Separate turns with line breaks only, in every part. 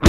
我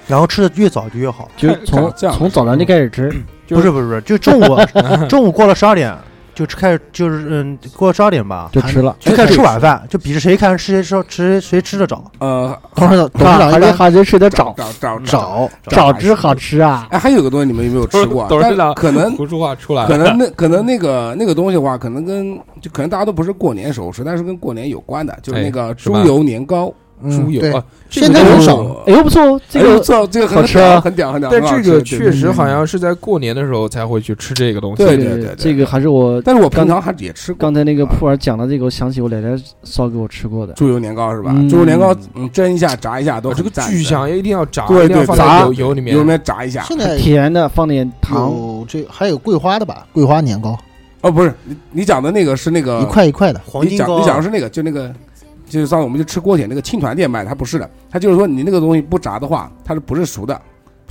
然后吃的越早就越好。
就 从
这样
从早上就开始吃，
不是不是不是，就中 午中午过了十二点就吃开始就是嗯过十二点吧，
就吃了。
就开始吃晚饭，就比着谁看吃谁吃谁谁吃的早。
呃，
董事长，董事
啊
长
还
一
是
般
还是睡得早，
找找找。
找
早知好吃啊！
哎，还有个东西你们有没有吃过啊
董事
但
长
可能
胡说话出来
可
了。
能那可能那个那个东西的话，可能跟就可能大家都不是过年时候吃，但是跟过年有关的，就是
哎
那个
是
猪
吧
油年糕。
猪油啊，这个
现在
东
很
西
少
我
哎呦不错，这
哎呦
个
这这个很
好吃
屌
啊
很屌很屌。
但
很好
这
吃
个
对嗯
确实好像是在过年的时候才会去吃这个东西。啊
对
这个
对对对
这个还是我
但是我平常还也吃过
刚才那个普洱讲的这个，我想起我奶奶烧给我吃过的。
猪油年糕是吧？
嗯
猪油年糕，嗯，蒸一下炸一下都
啊这
很
个
赞
巨香一定要炸，
对
一定要
对
放
炸
在油油里面
油里。面炸一下。
现在
甜的，放点糖，
有这还有桂花的吧？桂花年糕，
哦，不是，你你讲的那个是那个
呃
一块一块的，
黄
你
金
讲
糕
你讲的是那个，就那个，就是上次我们去吃锅铁那个青团店卖的，它不是的，它就是说你那个东西不炸的话，它是不是熟的，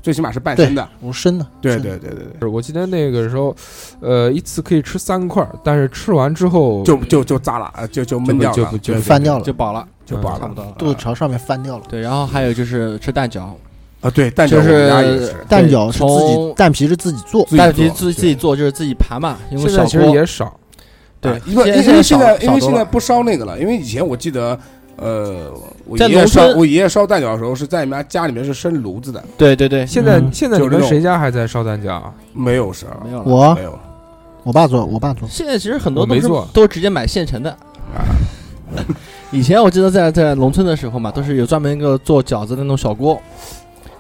最起码是半生的。
我生的。
对
生的
对对对对，
我记得那个时候，呃，一次可以吃三块儿，但是吃完之后
就就就炸了，呃就就
就
焖
不
掉
就
了
不，就
对嗯
不
翻掉了
就饱了。
就饱了
肚子朝上面翻掉了。
对，然后还有就是吃蛋饺，
啊。对，蛋饺
就
我
是
们家也是
蛋饺是自己
从，
蛋皮是自己做，
自
蛋
己
皮
做
自自己做，就是自己盘嘛，用
现
小
在其实
锅。
也少，
对，
因为因
现
为
在少
现在
少
因为
多
现在
了
不烧那个了，因为以前我记得，呃，我
在
爷爷
农
烧
村
我爷爷烧蛋饺的时候是在你们家家里面是生炉子的，
对对对，
现在
嗯
现在
就
你
是
们
这种
谁家还在烧蛋饺啊？
没有生，
没有了。
我
没有
我爸做，我爸做，
现在其实很多
我
都
没
是
做
都直接买现成的。
啊，
以前我记得在在农村的时候嘛，都是有专门一个做饺子的那种小锅，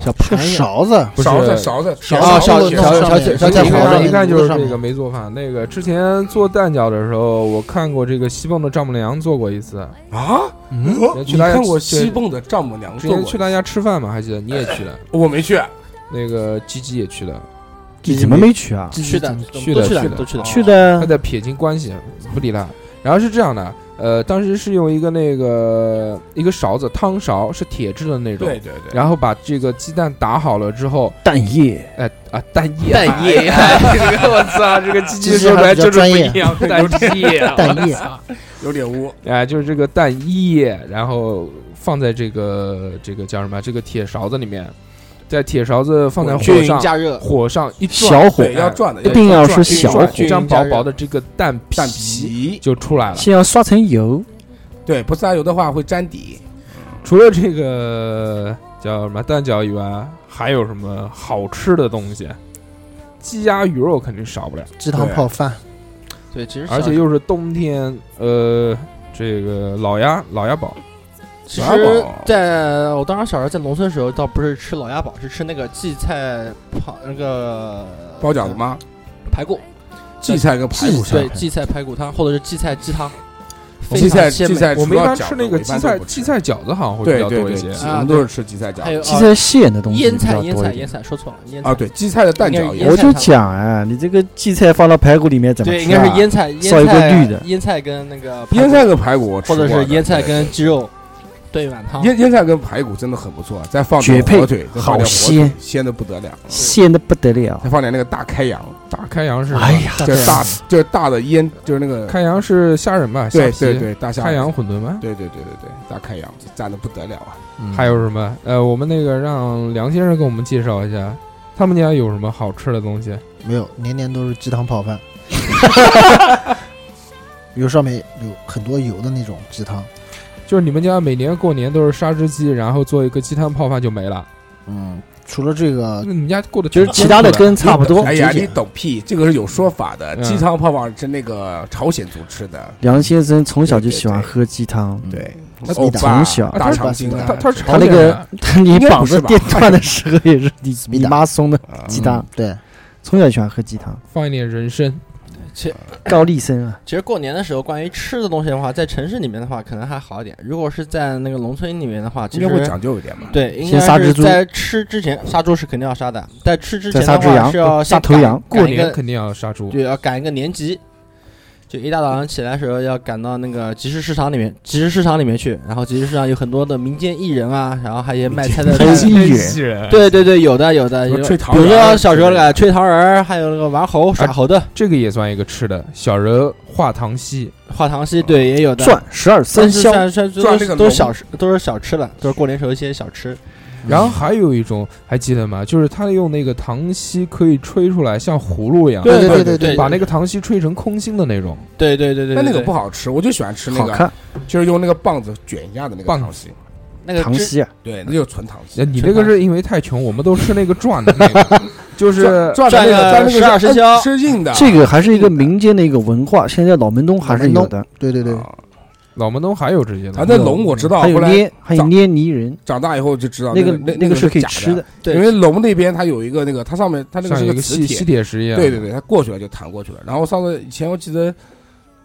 小
是
盘子。
勺子，
不是
勺子勺子
勺
啊
子
勺
弄
子
上
勺
面
子勺子
在
一
勺
上
看
子
一
面
看就
炉
是
子上
这
面
个没做饭。那个之前做蛋饺的时候，我看过这个西凤的丈母娘做过一次。
啊，
嗯，
你
去他家
看过
去
西贡的丈母娘
之
做
前
过
去他家吃饭嘛，还记得你也去了，
我没去，
那个吉吉也去了，
你怎么没取啊？
去的
去
都
的
去
去
的
的
都去的
去
他
的
在撇清关系，不理他。然后是这样的，呃，当时是用一个那个一个勺子，汤勺是铁制的那种，
对对对，
然后把这个鸡蛋打好了之后，
蛋液，
哎啊蛋液，
蛋 液
哎，这个我操，这个鸡鸡
鸡鸡
说出来
还比较
就是
专
不
业
一样，蛋液，
蛋液，
有点污，
哎，就是这个蛋液，然后放在这个这个叫什么？这个铁勺子里面，在铁勺子放在
滚
火
均匀
上，
加热，
火上一转，
小火
对，要转的，
一定要是
均
小
转
火，
这
均
张
匀加
薄
热
薄的这个蛋皮
蛋皮，
就出来了。
先要刷成油，
对，不撒油的话会粘底。
除了这个叫什么蛋饺以外，还有什么好吃的东西？鸡鸭鱼肉肯定少不了，
鸡汤泡饭，
对，其实
而且又是冬天，呃，这个老鸭老鸭煲，
其
老鸭
实
煲
在我当时小时候在农村的时候，倒不是吃老鸭煲，是吃那个荠菜泡那个
包饺子吗？
排骨，
荠菜跟排骨是吧，
对，荠菜排骨汤或者是荠菜鸡汤，非
荠
常
菜
鲜
荠
美
哎菜除
我们一
了
般
饺子
吃那个荠菜荠，菜饺子好像
我
会
一
比
般
较
都不
多一
吃
些
对对对，
啊
我们都是吃荠
还
菜饺
有哦
子
荠菜苋的东西
腌
比较
菜，
多
腌
一
菜，
点
腌菜，说错了，腌
啊，
菜。
对，荠菜的蛋饺
应该
也
是
我
是
就讲啊，你这个荠菜放到排骨里面怎么
对，应
吃
该是
啊？
腌菜，
烧一
腌
个
菜
绿的
腌菜跟那个排骨
腌菜跟排骨我吃
或
过
者
的，
是腌菜
对
跟鸡肉炖一碗汤。
腌腌菜跟排骨真的很不错，再放
绝
点
配
火腿，再放
好
点火腿
鲜，
鲜的不得了，
鲜的不得了，
再放点那个大开洋，
大开洋是
哎
呀，
就是大就是大的腌，就是那个
开洋是虾仁吧？虾
对
皮
对，对大虾
开洋馄饨吗？
对对对对对，大开洋赞的不得了啊！
还有什么？呃，我们那个让梁先生给我们介绍一下，他们家有什么好吃的东西？
没有，年年都是鸡汤泡 饭，比如上面有很多油的那种鸡汤，
就是你们家每年过年都是杀只鸡，然后做一个鸡汤泡饭就没了。
嗯，除了这个
呃
嗯
那你们家过得
就是其他的跟差不多。
哎呀，
节
你
俭
懂屁，这个是有说法的。
嗯
鸡汤泡泡是那个朝鲜族吃的，
梁先生从小就喜欢喝鸡汤，
对，
那
欧巴
从小
大肠经啊
他，他是
他那个他你
应该
膀
不是
子
吧
电断的时候也是你
密
你
达
妈松的鸡汤
嗯，对，
从小喜欢喝鸡汤，
放一点人参，
高丽参啊，
其实过年的时候，关于吃的东西的话，在城市里面的话可能还好一点，如果是在那个农村里面的话，其
应该会
实
讲究一点嘛。
对，应
先杀
该
只
是
猪
在吃之前杀猪是肯定要杀的，在吃之
再
前
杀
的
只
话
羊
是要，
杀
先
头
赶
羊。
过
赶一个
年肯定要杀猪。
对，要赶一个年集，就一大早上起来的时候要赶到那个集市市场里面，集市市场里面去，然后集市市场有很多的民间艺人啊，然后还有一些卖菜的
黑
人。啊
心人，
人，
对对对，有的有的，
什么
有
吹糖
比如
人啊
说小时候
之类的
那个吹糖人儿，还有那个玩猴耍猴的，
这个也算一个吃的。小人画糖稀，
画糖戏，对，也有的。
转十二生
但是
肖，
算算
转
都
那个
是都
龙
是小吃，都是小吃了，都是过年时候一些小吃。
嗯
然后还有一种还记得吗？就是他用那个糖稀可以吹出来，像葫芦一样，
对对
对
把那个糖稀吹成空心的那种。
对对对对，
但那个
对
不好吃，我就喜欢吃那
好
个，
看，
就是用那个棒子卷一下的那个
棒子
糖稀。
那个
糖
汁
稀啊，
对，那就是纯糖稀
哎，。你那个是因为太穷，我们都吃那个转的那个，就是
转的那
转
个，转那个
十二
是
生肖
摁吃硬的。
这个还是一个民间的一个文化，现在老门东还是有的。嗯
对对对，
啊
老门东还有这些
啊
东，西
那龙我知道，后
还有
来
捏，还有捏泥人，
长大以后就知道
那
个
个
那
那
个
个是可以
假
吃
的
的，，
对
因为龙那边它有一个那个，它上面它那个
像
是
一
个
个
磁
吸吸
铁，
铁啊石一样。
对对对，它过去了就弹过去了。然后上次以前我记得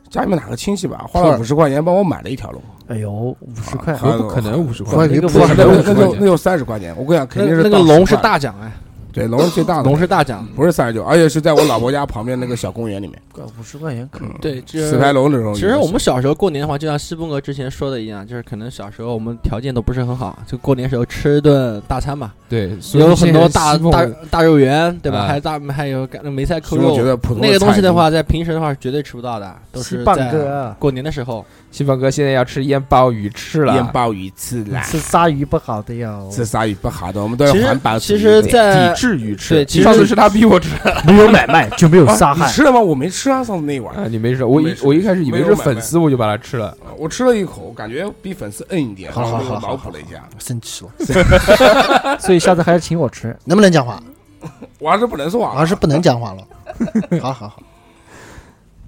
家里面哪个亲戚吧，花
后
了
来
五十块钱帮我买了一条龙，
哎呦，五十块，
可不可能啊五
啊
十块
那
钱？
个
不可
那
能50
就那
块
就
钱
那就三十块钱，我跟你讲，肯定是
那个
到
龙
10
是
块
大奖哎，
对，龙是最大的，
龙是大奖，
不是三十九，而且是在我老婆家旁边那个小公园里面，
五十块钱可以。
嗯对，这
死牌龙那种。
其实我们小时候过年的话，就像西风哥之前说的一样，就是可能小时候我们条件都不是很好，就过年时候吃一顿大餐嘛，
对，所以
有很多
现在
大
西凤
大大肉圆，对吧？
哎
还有大还有干梅菜扣
所以我觉
肉，
得普通
那个东西
菜
的话，在平时的话是绝对吃不到的，都是
半
啊
在
个
过年的时候。
西凤哥现在要吃腌鲍鱼吃了，
腌鲍鱼吃啦，
吃鲨鱼不好的哟，
吃鲨鱼不好的，我们都要
其实
环保主义
其实
的
在
抵制鱼吃。
对其实
上次是他逼我吃
没有买卖就没有
啊
杀
你
害。
吃了吗？我没吃啊，上次那一碗
啊，你没事，我
没
一
事
我一开始以为
没
是
有买
粉丝，我就把它吃了。
我吃了一口，感觉比粉丝硬一点，
好好
然后
好
脑补了一下，
生气了，
所以下次还是请我吃。
能不能讲话？
我还是不能说
好像
啊。
是不能讲话了。 好好好，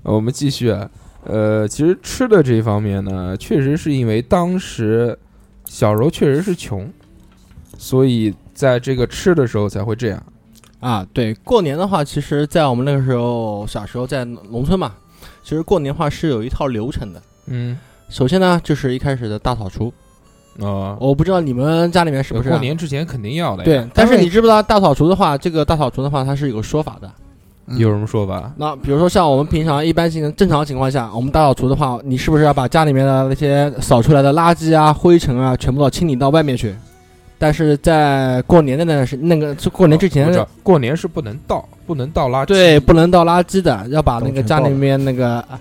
呃我们继续啊，呃，其实吃的这方面呢，确实是因为当时小时候确实是穷，所以在这个吃的时候才会这样。
啊，对，过年的话，其实，在我们那个时候，小时候在农村嘛，其实过年的话是有一套流程的。
嗯，
首先呢，就是一开始的大扫除，
哦，
我不知道你们家里面是不是啊
过年之前肯定要的呀。
对，但是你知不知道大扫除的话，这个大扫除的话，它是有个说法的。
嗯
有什么说法？
那比如说像我们平常一般性正常情况下，我们大扫除的话，你是不是要把家里面的那些扫出来的垃圾啊、灰尘啊，全部都清理到外面去？但是在过年的那是那个是过年之前
啊我知，道过年是不能倒，不能倒垃圾。
对，不能倒垃圾的，要把那个
懂
家里面那个，啊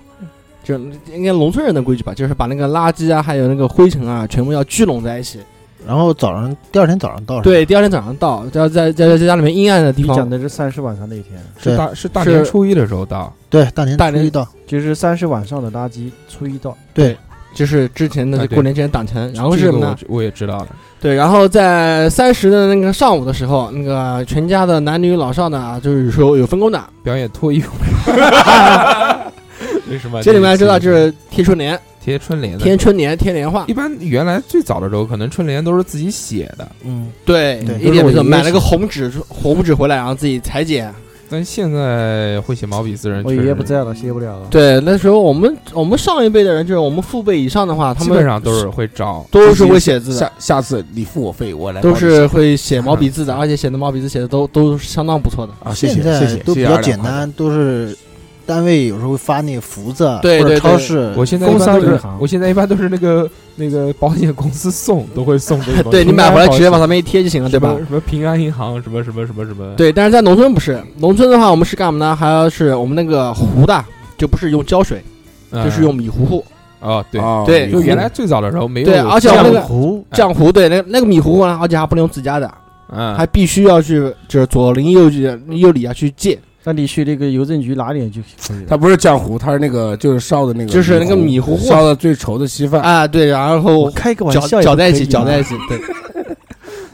就应该农村人的规矩吧，就是把那个垃圾啊，还有那个灰尘啊，全部要聚拢在一起。
啊
然后早上第二天早上到，
对，第二天早上倒，要在在在家里面阴暗的地
你讲
方。
的是三十晚上那一天，
是大是大
是
年初一的时候倒。
对，大年
大
初
年
一到，
就是三十晚上的垃圾，初一到。
对，
就是之前
啊
的
对
过年之前挡成，然后是
这
什
个
么
我
呢？
我也知道的。
对，然后在三十的那个上午的时候，那个全家的男女老少呢，就是说有分工的。
表演脱衣 服，为什么？啊
这里面知道就是贴春联、
贴春联的。
贴春联、贴联画
一。般原来最早的时候，可能春联都是自己写的，
嗯，
对
对
一点没错，买了个红纸，红纸回来，然后自己裁剪。
但现在会写毛笔字的人，
我爷爷不，在了，写不了了。
对，那时候我们我们上一辈的人，就是我们父辈以上的话，他
基
们
本上都是会找
都是会写字的，
下下次你付我费，我来帮
都
你写
是会写毛笔字的，而且写的毛笔字写的都都是相当不错的。
啊，谢谢
现
谢
在
谢，
都比
谢谢
较
二两
简
块钱
单，都是单位有时候会发那个福字，啊
对
或
对对
者超市，
我现在一
工
般
商
都是
银行，
我现在一般都是那个那个保险公司送，都会送这个东西。
对你买回来直接往
它
上面一贴就行了，啊对吧？
什么平安银行，什么什么什么什么。，
对，但是在农村不是，农村的话，我们是干嘛呢？还要是我们那个壶的，就不是用胶水，
嗯
就是用米糊糊。
哎哦，对，
哦
对
就原来最早的时候没有
对，而且我
酱
们
油
那个
糊
浆糊，对，那那个米糊呢，而且还不能用自家的，
嗯，
还必须要去就是左邻右里右里啊去借，
那你去那个邮政局拿点就可以了。
它不是浆糊，它是那个就是烧的那个，
就是那个米糊糊
烧的最稠的稀饭。
啊，对，然后
开个
搅搅在一起，搅在一
起。
起，对。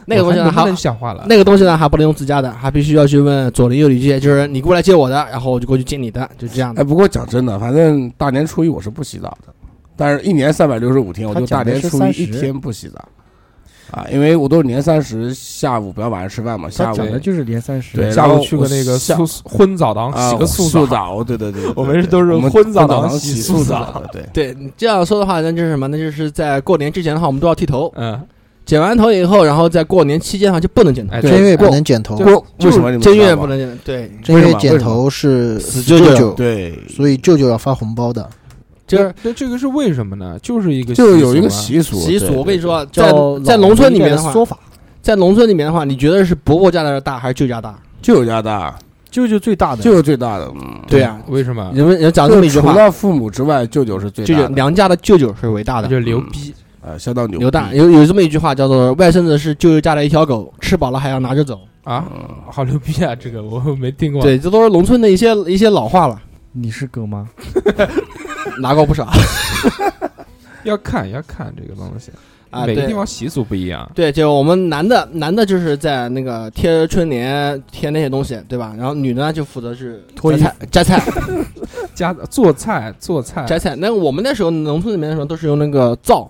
那个东西
我还
呢，
能
还
不能讲话了？
那个东西呢，还不能用自家的，还必须要去问左邻右里借，就是你过来借我的，然后我就过去借你的，就这样
哎，
的。
不过讲真的，反正大年初一我是不洗澡的，但是一年三百六十五天，我就
他
大
讲的
年
是
初一一
30
天不洗澡啊，因为我都是年三十下午，不要晚上吃饭嘛，下
他
午
讲的就是年三十。
对
下
然后
午去个那个
我下
素荤澡堂
啊
洗个
素
素澡，
澡，对对对，对
我们是
对
都是
我们
荤澡
澡
堂洗
洗
素
澡
澡
的，对。
对你这样说的话，那就是什么？那就是在过年之前的话，我们都要剃头。
嗯，
剪完头以后，然后在过年期间的话就不能剪头，
哎，
正月不能剪头，
就
为什么你们
正
知道
月
吗嗯
不能剪头。对，
正
为
月
什么
剪
为什么
头是
死
舅
舅舅
舅，
对，
所以舅舅要发红包的。
就是
那这个是为什么呢？就是一个
就是有一个
习俗嘛啊
习
习俗，
俗。
对
我跟你，说，在
叫
在农村里面的话，
说法，
在农村里面的话，你觉得是伯伯家的大还是舅家大？
舅舅家大，
舅舅最大的，
舅舅最大的，嗯，
对啊，
为什么？
人们人讲这么一句
除
话，
了父母之外，舅舅是最
舅舅
大的，
娘家的舅舅是伟大的。
就牛逼，
啊，相当牛
牛大
逼
有有这么一句话叫做“外孙子是舅舅家的一条狗，吃饱了还要拿着走
啊，好牛逼啊！这个我没听”。过。
嗯对，这都是农村的一些一些老话了，
你是狗吗？
拿过不少。
要看要看这个东西。
啊，
每个
对
地方习俗不一样。
对，就我们男的，男的就是在那个贴春联、贴那些东西，对吧？然后女的呢就负责是
脱
摘
衣
菜、摘菜、
家做菜做菜，
摘菜。那我们那时候农村里面的时候都是用那个灶，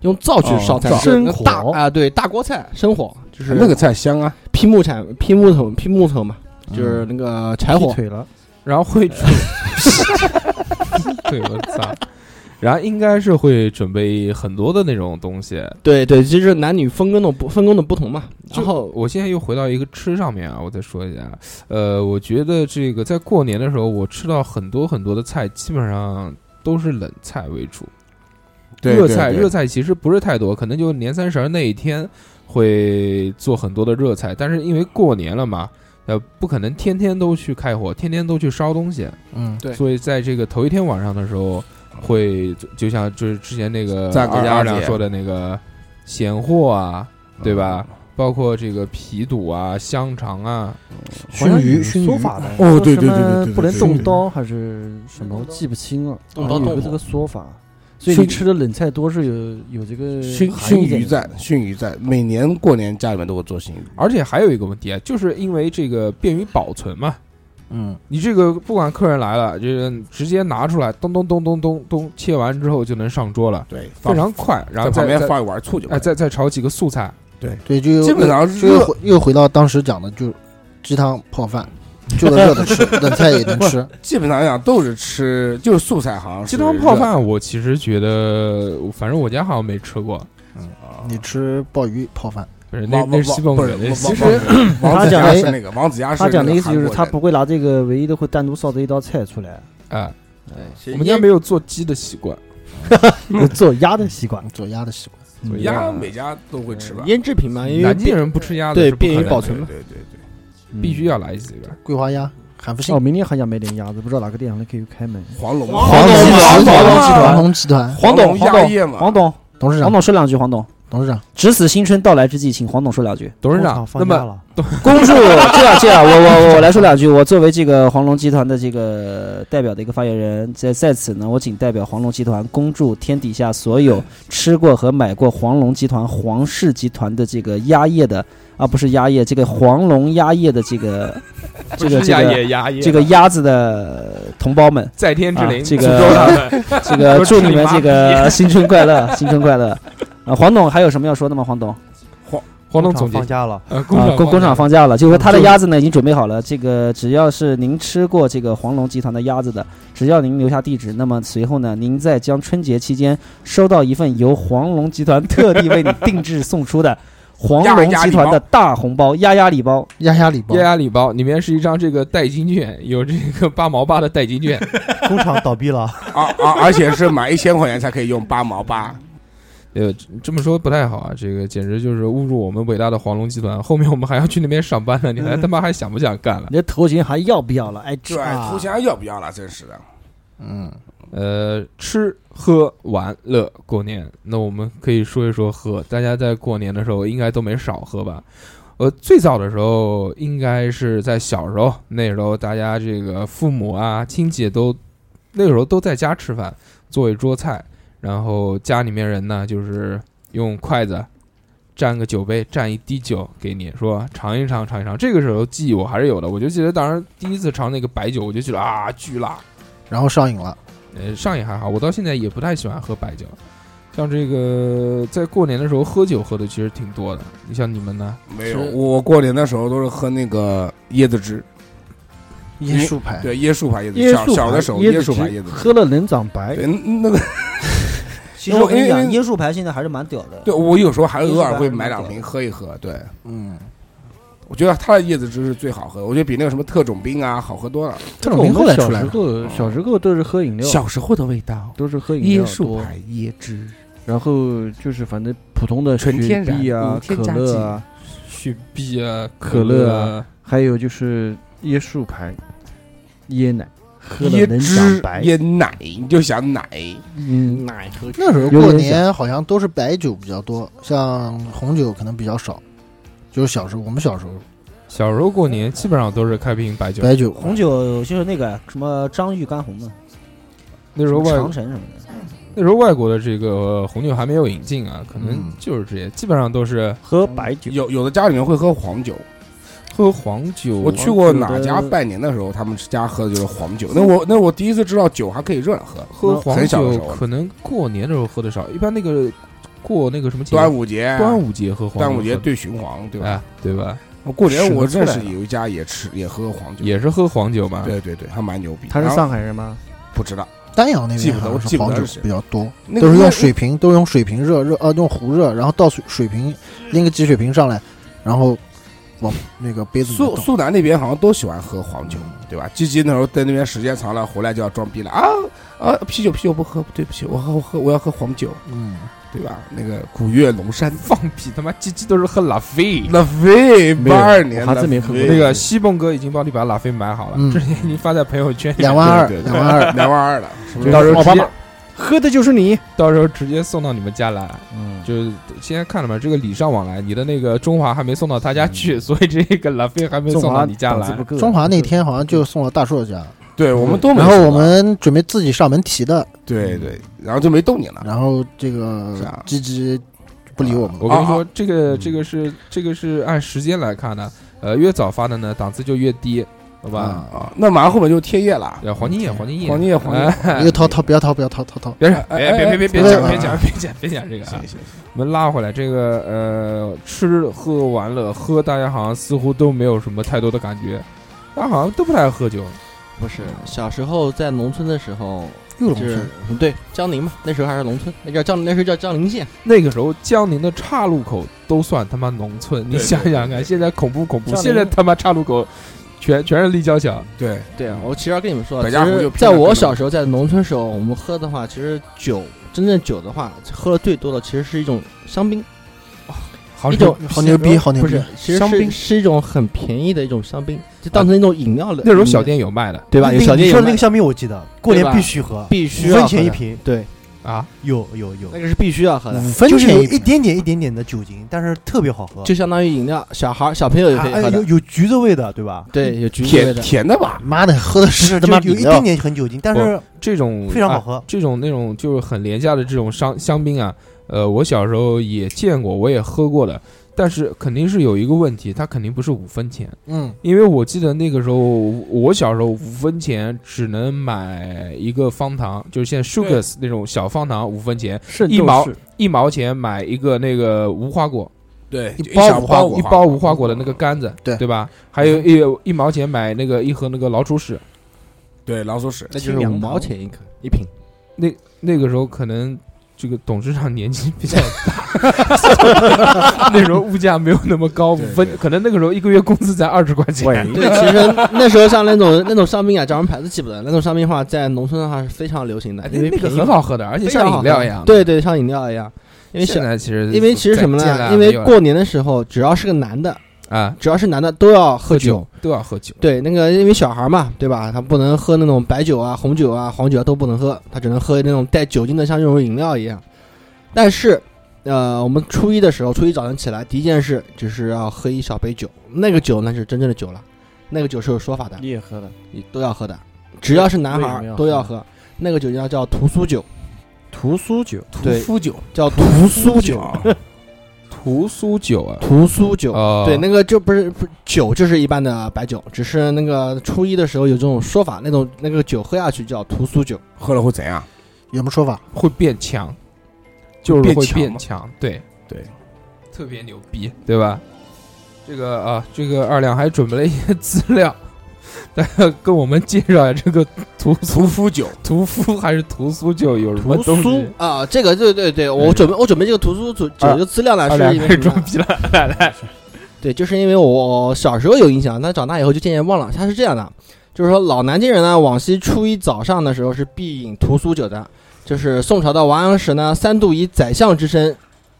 用灶去烧菜，
灶
哦是那
生火
大啊，对，大锅菜生火，就是
那个菜香啊，
劈木柴、劈木头、劈木头嘛，就是那个柴火
劈。腿了，
然后会准， 对我操，然后应该是会准备很多的那种东西。
对对，就是男女分工的不分工的不同嘛。然后
我现在又回到一个吃上面啊，我再说一下，呃，我觉得这个在过年的时候，我吃到很多很多的菜，基本上都是冷菜为主，
对
热
对
菜
对
热菜其实不是太多，可能就年三十儿那一天会做很多的热菜，但是因为过年了嘛。呃，不可能天天都去开火，天天都去烧东西，
嗯，
对
所以在这个头一天晚上的时候，会就就像就是之前那个
赞个
二
鸭
二
子
两
也
说的那个咸货啊，对吧？
嗯
包括这个皮肚啊、香肠啊，
熏鱼熏
说
鱼，
法来，
哦，对对对对对，对
不能
对
动
对
刀还是什么，我记不清
啊
了。
动刀
好像有
动
个
火
这个说法，所以你吃的冷菜多是有有这个
熏
含
熏
义在
鱼
里
在
面，
熏鱼在，每年过年家里面都会做熏鱼。
而且还有一个问题啊，就是因为这个便于保存嘛，
嗯，
你这个不管客人来了，就是直接拿出来，咚咚咚咚咚咚，切完之后就能上桌了，
对，
非
放
常快。然后
在
再
旁边
再
放一碗醋就可以
哎，再再炒几个素菜，
对，就又
基本上是
就又回又回到当时讲的，就鸡汤泡饭，就能热的吃，冷菜也能吃。
基本上讲都是吃就是素菜，好像
鸡
是
汤泡饭，我其实觉得，反正我家好像没吃过，
你吃鲍鱼泡饭，
不是
热。
那
王
那是西凤
不
鬼
是，
那
其
西
实
凤
王
他
子
讲
牙
的
是那个王子牙是
他讲的意思就是他
他
不会拿这个，唯一的会单独烧的一道菜出来，
哎，我们家没有做鸡的习惯，
有做鸭的习惯。
做鸭的习惯。
做
鸭每家都会吃吧？
腌制品嘛，因为
啊南京人不吃鸭子，
对
是不可能
便于保
的嗯
存
对
嘛
对对对，
必须要来几个。
桂花鸭、韩福
哦，
信、
明天还想买点鸭子，不知道哪个店还可以开门。
黄龙
黄龙集
黄
团、
龙
黄龙集团
黄龙
董黄
鸭
董
业嘛，
黄董，
董事
黄
长、
董说两句，黄董，
董事长，
值此新春到来之际，请黄董说两句。
董事
工
长
厂，
啊那
放假
么
了，
恭祝这样这样，我我我来说两句。我作为这个黄龙集团的这个代表的一个发言人，在在此呢，我仅代表黄龙集团恭祝天底下所有吃过和买过黄龙集团、黄氏集团的这个鸭业的啊，不是鸭业，这个黄龙鸭业的这个这个
不是
这
鸭
个
也鸭也
这个鸭子的同胞们，
在天之灵，
啊这
诅咒他
个
们
这个
都
祝
吃
你
你
们
妈
这个新春快乐，新春快乐。啊，黄董还有什么要说的吗？黄董，
黄龙
工厂
总监
放，假了，
呃，
啊，
厂
工工厂放假了，就是说他的
就
鸭子呢已经准备好了。这个只要是您吃过这个黄龙集团的鸭子的，只要您留下地址，那么随后呢，您再将春节期间收到一份由黄龙集团特地为你定制送出的黄
鸭
龙
鸭
集
礼
团
包
的大红包鸭鸭礼包。
鸭鸭礼包
夜，鸭礼包里面是一张这个代金券，有这个八毛八的代金 券。
工厂倒闭了，
而啊而而且是买一千块钱才可以用八毛八，
呃，这么说不太好啊，这个简直就是侮辱我们伟大的黄龙集团。后面我们还要去那边上班呢，你
嗯
还他妈还想不想干了？
你的头衔还要不要了？哎，这
对，头衔要不要了？真是的，
嗯，
呃，吃喝玩乐过年，那我们可以说一说喝。大家在过年的时候应该都没少喝吧？呃，最早的时候应该是在小时候，那时候大家这个父母啊、亲戚都那个时候都在家吃饭，做一桌菜，然后家里面人呢就是用筷子蘸个酒杯，蘸一滴酒给你说尝一尝，尝一尝。这个时候记忆我还是有的，我就记得当时第一次尝那个白酒，我就觉得啊，巨辣。
然后上瘾了，
呃，上瘾还好，我到现在也不太喜欢喝白酒。像这个在过年的时候喝酒喝的其实挺多的，你像你们呢？
没有。我过年的时候都是喝那个椰子汁，
椰树牌，
对，椰树牌椰子，
椰
小
树
小
牌
的时候椰
椰
树
子
牌
汁
椰子汁，
喝了能长白
对，，那个
其
实我跟你讲因为
树牌现在还是蛮屌的
对我有时候还偶尔会
椰子
买
牌
两瓶喝一喝，对。
嗯，
我觉得它的椰子汁是最好喝的，我觉得比那个什么特种兵啊好喝多了。
特
我
种兵后
们
来
小
出来
时
了，
候小时候都是喝饮料，
时候的味道，
都是喝饮料多。
椰汁，
然后就是反正普通的
纯天
雪
然
碧
无、
啊可
添加
乐啊，
雪碧啊，
可
乐
乐啊，还有就是椰树牌、椰奶，喝了
椰
能
汁
长白。
椰奶，你就想奶，
嗯，
奶喝
那时候
有
过
点
年好像都是白酒比较多，像红酒可能比较少。就是小时候，我们小时候
小时候过年基本上都是开瓶白酒，
白酒，
红酒就是那个什么张裕干红的，
那时候外
城什么的，
那时候外国的这个红酒还没有引进啊，可能
嗯
就是这些，基本上都是
喝白酒，
有有的家里面会喝黄酒，
喝黄酒。啊
我去过哪家拜年的时候，他们家喝的就是黄酒。那我那我第一次知道酒还可以热着喝，
喝黄
很小的时
酒
候，
可能过年的时候喝的少，一般那个过那个什么节，
端午节，
端午节喝黄酒，
端午节对循环，对吧？
哎，对吧？
过年我认
吃得出
识
来
有一家也吃也喝黄酒，
也是喝黄酒嘛。
对对对，还蛮牛逼。
他是
然后
上海人吗？
不知道
丹阳那
记
边
不得
好
我
像
记
是
不
黄
得
酒
是谁
比较多，
那
都
个
是
那
用水瓶，都是用水瓶热热呃用壶热，然后倒水水瓶拎个几水瓶上来，然后往那个杯子里面
苏
倒。
苏南那边好像都喜欢喝黄酒，对吧？鸡鸡那时候在那边时间长了，回来就要装逼了啊啊！啤酒啤酒不喝，对不起，我喝我喝我要喝黄酒，
嗯，
对吧？那个古越龙山
放屁！他妈鸡鸡都是喝拉菲。
拉菲
没有
八二年
我还
拉
真没喝过
菲
那个西蹦哥已经帮你把拉菲买好了，
嗯
之前已经发在朋友圈里，
两万二，
对对对
两万二，
两万二了，是不是
到时候
奥
直
巴
接
马喝的就是你。
到时候直接送到你们家来。
嗯，
就是现在看了嘛，这个礼尚往来，你的那个中华还没送到他家去，所以这个拉菲还没送到你家来。
中华那天好像就送了大硕家，
对我们都没
然后
喝
我们准备自己上门提的，
对对，然后就没动你了。
然后这
是啊
个鸡鸡嗯不理我们，
我跟你
啊
说
啊，
这个
嗯
这个是这个是按时间来看的，呃，越早发的呢档次就越低，好吧？
啊，那马上后面就贴页了，
要黄金眼，黄金眼，
嗯黄金叶黄金叶
哎
一个掏掏，不要掏，不要掏，掏掏。
别
哎
别别别别别
哎
讲
哎
别讲别讲别讲这个啊！我们拉回来，这个呃，吃喝玩乐喝，大家好像似乎都没有什么太多的感觉，大家好像都不太爱喝酒。
不是小时候在农村的时候，
又
就
龙
是
村，
嗯对江宁嘛，那时候还是农村，那叫江，那时候叫江宁县。
那个时候江宁的岔路口都算他妈农村，你想想看，现在恐怖恐怖，
江宁
现在他妈岔路口全全是立交桥，
对，
对啊，我其实要跟你们说，
百
其
家胡就
实
拼
在
了
我
可能
小时候在农村时候，我们喝的话，其实酒真正酒的话，喝的最多的其实是一种香槟，
好
一种
好牛逼，好牛
不
逼
是，，其实
香槟
是是一种很便宜的一种香槟，就当成一种饮料了。
那时候小店有卖的
对吧？有
那
小
你
店有
说的那
卖
个香槟我记得，过
对
年
吧
必须喝，
必须
五
要
分
喝
钱一
的，
瓶，
对，
啊，
有有有
那，个是必须要喝的
五，分
就是
钱
有
一
一点点一点点的酒精，但是特别好喝，
就相当于饮料，小孩儿小朋友也可以
啊哎
喝
有
的，
有橘子味的，对吧？
对，有橘子味
甜
的。
甜的吧？
妈的，喝的
不是，
是他
就
妈
有一
饮
点
料，
点很酒精，但是
这种
非常好
啊
喝。
这种那种就是很廉价的这种香香槟啊，呃，我小时候也见过，我也喝过的，但是肯定是有一个问题，它肯定不是五分钱，
嗯，
因为我记得那个时候我小时候五分钱只能买一个方糖，就是现在 Sugars 那种小方糖五分钱，
是
一毛一毛钱买一个那个无花果，
对，
一
就
包
小
无花
包
果嗯
一包无花果的那个杆子，
对嗯
对吧？还有一一毛钱买那个一盒那个老鼠屎，
对老鼠屎，
那就是五毛钱一颗一瓶，
那那个时候可能这个董事长年纪比较大，那时候物价没有那么高，五
对
分
对
可能那个时候一个月工资才二十块钱。哎
对，其实那时候像那种那种香槟啊，叫什么牌子记不得，那种香槟的话，在农村的话是非常流行的
哎，
因为
那个
便宜
很好喝的，而且
非常
像
好
饮
喝
料一样。，
对对，像饮料一样。因为
现
现
在其实
因为其实什么
再见了
呢？因为
没有
过年的时候，只要是个男的，
啊
只要是男的都要喝
喝
酒
酒。都要喝酒，
对，那个因为小孩嘛，对吧？他不能喝那种白酒啊、红酒啊、黄酒啊都不能喝，他只能喝那种带酒精的，像这种饮料一样。但是，呃，我们初一的时候，初一早晨起来，第一件事就是要喝一小杯酒。那个酒那是真正的酒了，那个酒是有说法的，
你也喝了，
你都要喝的，只要是男孩
为什么
儿
要
都要
喝
喝。那个酒叫叫屠苏酒，
屠苏酒，
对
屠夫酒，
叫屠苏酒，
屠苏酒啊，
屠苏酒。
哦，
对，那个就不是不是酒，就是一般的白酒，只是那个初一的时候有这种说法，那种那个酒喝下去叫屠苏酒，
喝了会怎样？
有什么说法？
会变强，就是
变
会
强
变
吗
强，对
对，
特别牛逼，对吧？这个啊，这个二两还准备了一些资料， 大家跟我们介绍一下这个屠
屠
苏
夫酒，
屠夫还是屠苏酒有什么
屠
东
苏
西？
啊，这个对对对，我准备我准备这个屠苏酒酒的资料呢，
二
是
两
因为
开始
什
装
么呢
逼了，来来，
对，就是因为我小时候有印象，但长大以后就渐渐忘了。它是这样的，就是说老南京人呢，往昔初一早上的时候是必饮屠苏酒的，就是宋朝的王安石呢，三度以宰相之身，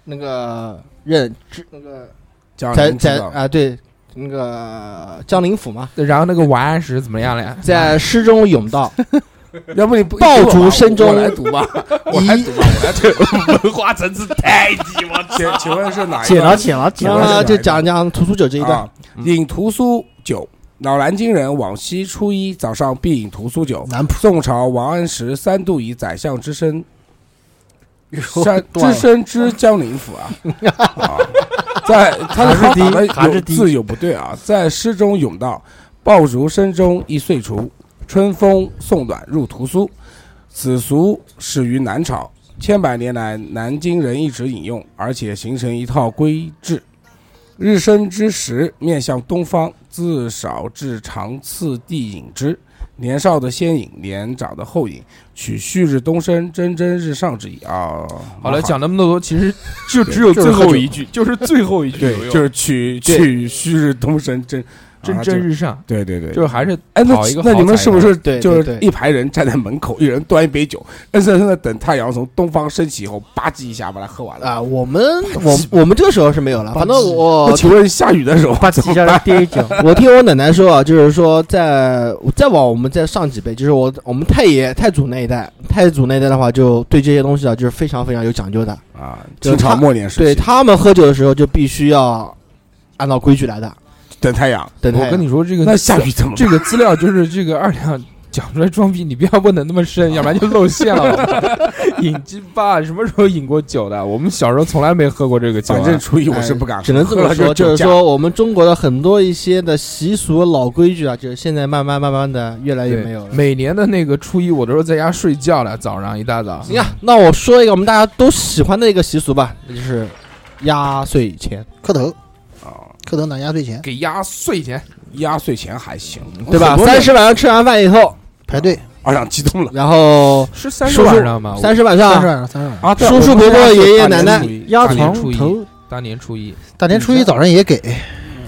那个任之那个
讲
宰
您知
宰
道
啊，对，那个江宁府嘛。
然后那个王安石怎么样 了呀？
在诗中咏道，
要不你不
爆竹声中
啊我来读 吧，我来读吧，我来读吧。
文化层次太低， 我
请 请问是哪一
捡
段
了捡了捡
然后
啊
了，
呢就讲讲屠苏酒这一段
啊。饮屠苏酒，老南京人往昔初一早上必饮屠苏酒。
南普
宋朝王安石三度以宰相之身，山知深知江宁府 啊，啊，在他的
还是
好
低
打的
还是
有
低
字有不对啊，在诗中咏道：“爆竹声中一岁除，春风送暖入屠苏。”此俗始于南朝，千百年来南京人一直引用，而且形成一套规制。日升之时，面向东方，自少至长次第引之。年少的先引，年长的后引，取旭日东升，蒸蒸日上之意啊。
好了，讲那么多，其实就只有
就
最
是喝
后
酒
一句，就是最后一句有啊
对，
用，
就是取
对
取旭日东升，蒸
蒸
啊
蒸
就
日上，
对对对，
就是还是
哎，那
讨一个
那
好
你们
彩
是不
头
是
对
就
对
是
对
一排人站在门口，一人端一杯酒，硬生生的等太阳从东方升起以后，吧唧一下把它喝完了？
啊，我们我我们这个时候是没有了，反 正
那
我
请问下雨的时候
把
怎
底
么
下
办？
跌一跤，
我听我奶奶说啊，就是说在再往我们再上几辈，就是我我们太爷太祖那一代，太祖那一代的话，就对这些东西啊，就是非常非常有讲究的。
啊，
就是
清
他
朝末年时期，
对他们喝酒的时候，就必须要按照规矩来的。
等太阳，
等
我跟你说这个
那下雨 怎么办？
这个资料就是这个二两讲出来装逼，你不要问的那么深，要不然就露馅了。 饮鸡巴什么时候饮过酒的？我们小时候从来没喝过这个酒、啊。
反正初一我是不敢喝，
哎只能这
喝
么
了
说，就是
酒驾，
说我们中国的很多一些的习俗老规矩啊，就是现在慢慢慢慢的越来越
对
没有了。
每年的那个初一，我都是在家睡觉了，早上一大早。哎
行啊，那我说一个我们大家都喜欢的一个习俗吧，那就是压岁钱，
磕头，
啊
磕头拿压岁钱，
给压岁钱，
压岁钱还行，
对吧？
很多
三
人
十晚上吃完饭以后，
排队
二两激动了
然后
是三十
叔叔
晚上吗？
三十晚
三十
上
晚上，三十晚上，
啊！对
叔叔
我
伯
们
伯
家是
爷爷奶
大年
奶
初一
压
大年初
床
一
头，
大年初一，
大年初一早上也给，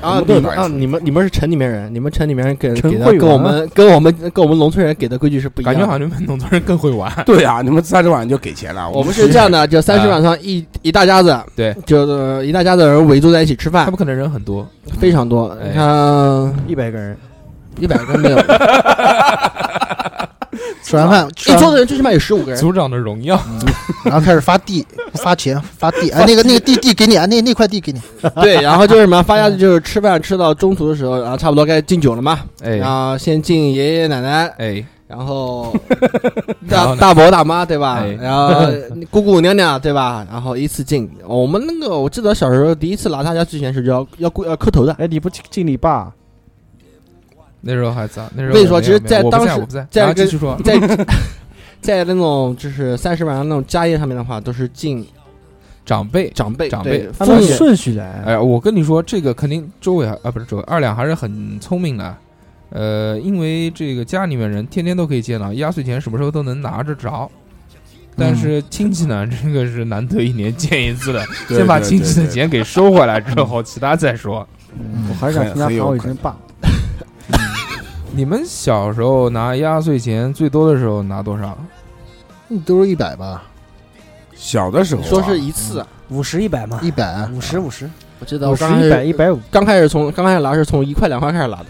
啊，
我
你
们
们啊，你们你们是城里面人，你们城里面人给
城
给的
会
跟我
玩
们跟我们跟我们农村人给的规矩是不一样
感觉
的。
好像你们农村人更会 玩。
对啊，你们三十晚上就给钱了，
我们
是
是这样的，就三十晚上一一大家子，
啊对，
就是一大家子人围坐在一起吃
他
饭，
们可能人很多，
非常多。
哎
你看
一百个人，
一百个没 有，
吃完饭吃
一
完
桌子人最起码有十五个 人。
组长的荣耀。
啊
然后开始发地发钱发地，哎，那个那个地地给你啊，那那块地给你，
对，然后就是什么，发家就是吃饭吃到中途的时候，然后差不多该敬酒了嘛，
哎
然后先敬爷爷奶奶，
哎，
然 后
然后
大
呢
大伯大妈对吧
哎？
然后 姑姑娘娘对吧？然后依次敬。我们那个我记得小时候第一次拿他家之前是要要跪要磕 头的。
哎，你不敬敬你爸？
那时候还早，那时候
我跟你说
我没有
其实在
我不
当时
我不在，
在
然后
跟
继续说，
在在那种就是三十晚上那种家宴上面的话，都是敬
长辈
长辈、
长辈
对父
按照
母。
顺序来，
哎，我跟你说，这个肯定周伟还啊，不是周伟，二两还是很聪明的。呃，因为这个家里面人天天都可以见到，压岁钱什么时候都能拿着着。但是亲戚呢，这个是难得一年见一次的，
对
先把
嗯对
亲
对
戚的
对
钱给收回来之后，其他再说。
嗯我还是想听他
嗯很很有
喊我一
可能
声爸。
你们小时候拿压岁钱最多的时候拿多少？
嗯都是一百吧，
小的时候啊
说是一次，
五十一百嘛，
一百啊
五十五十，
我记得
五
我
十
刚开
一百
始
一百五，
刚开始从刚开始拿是从一块两块开始拿的，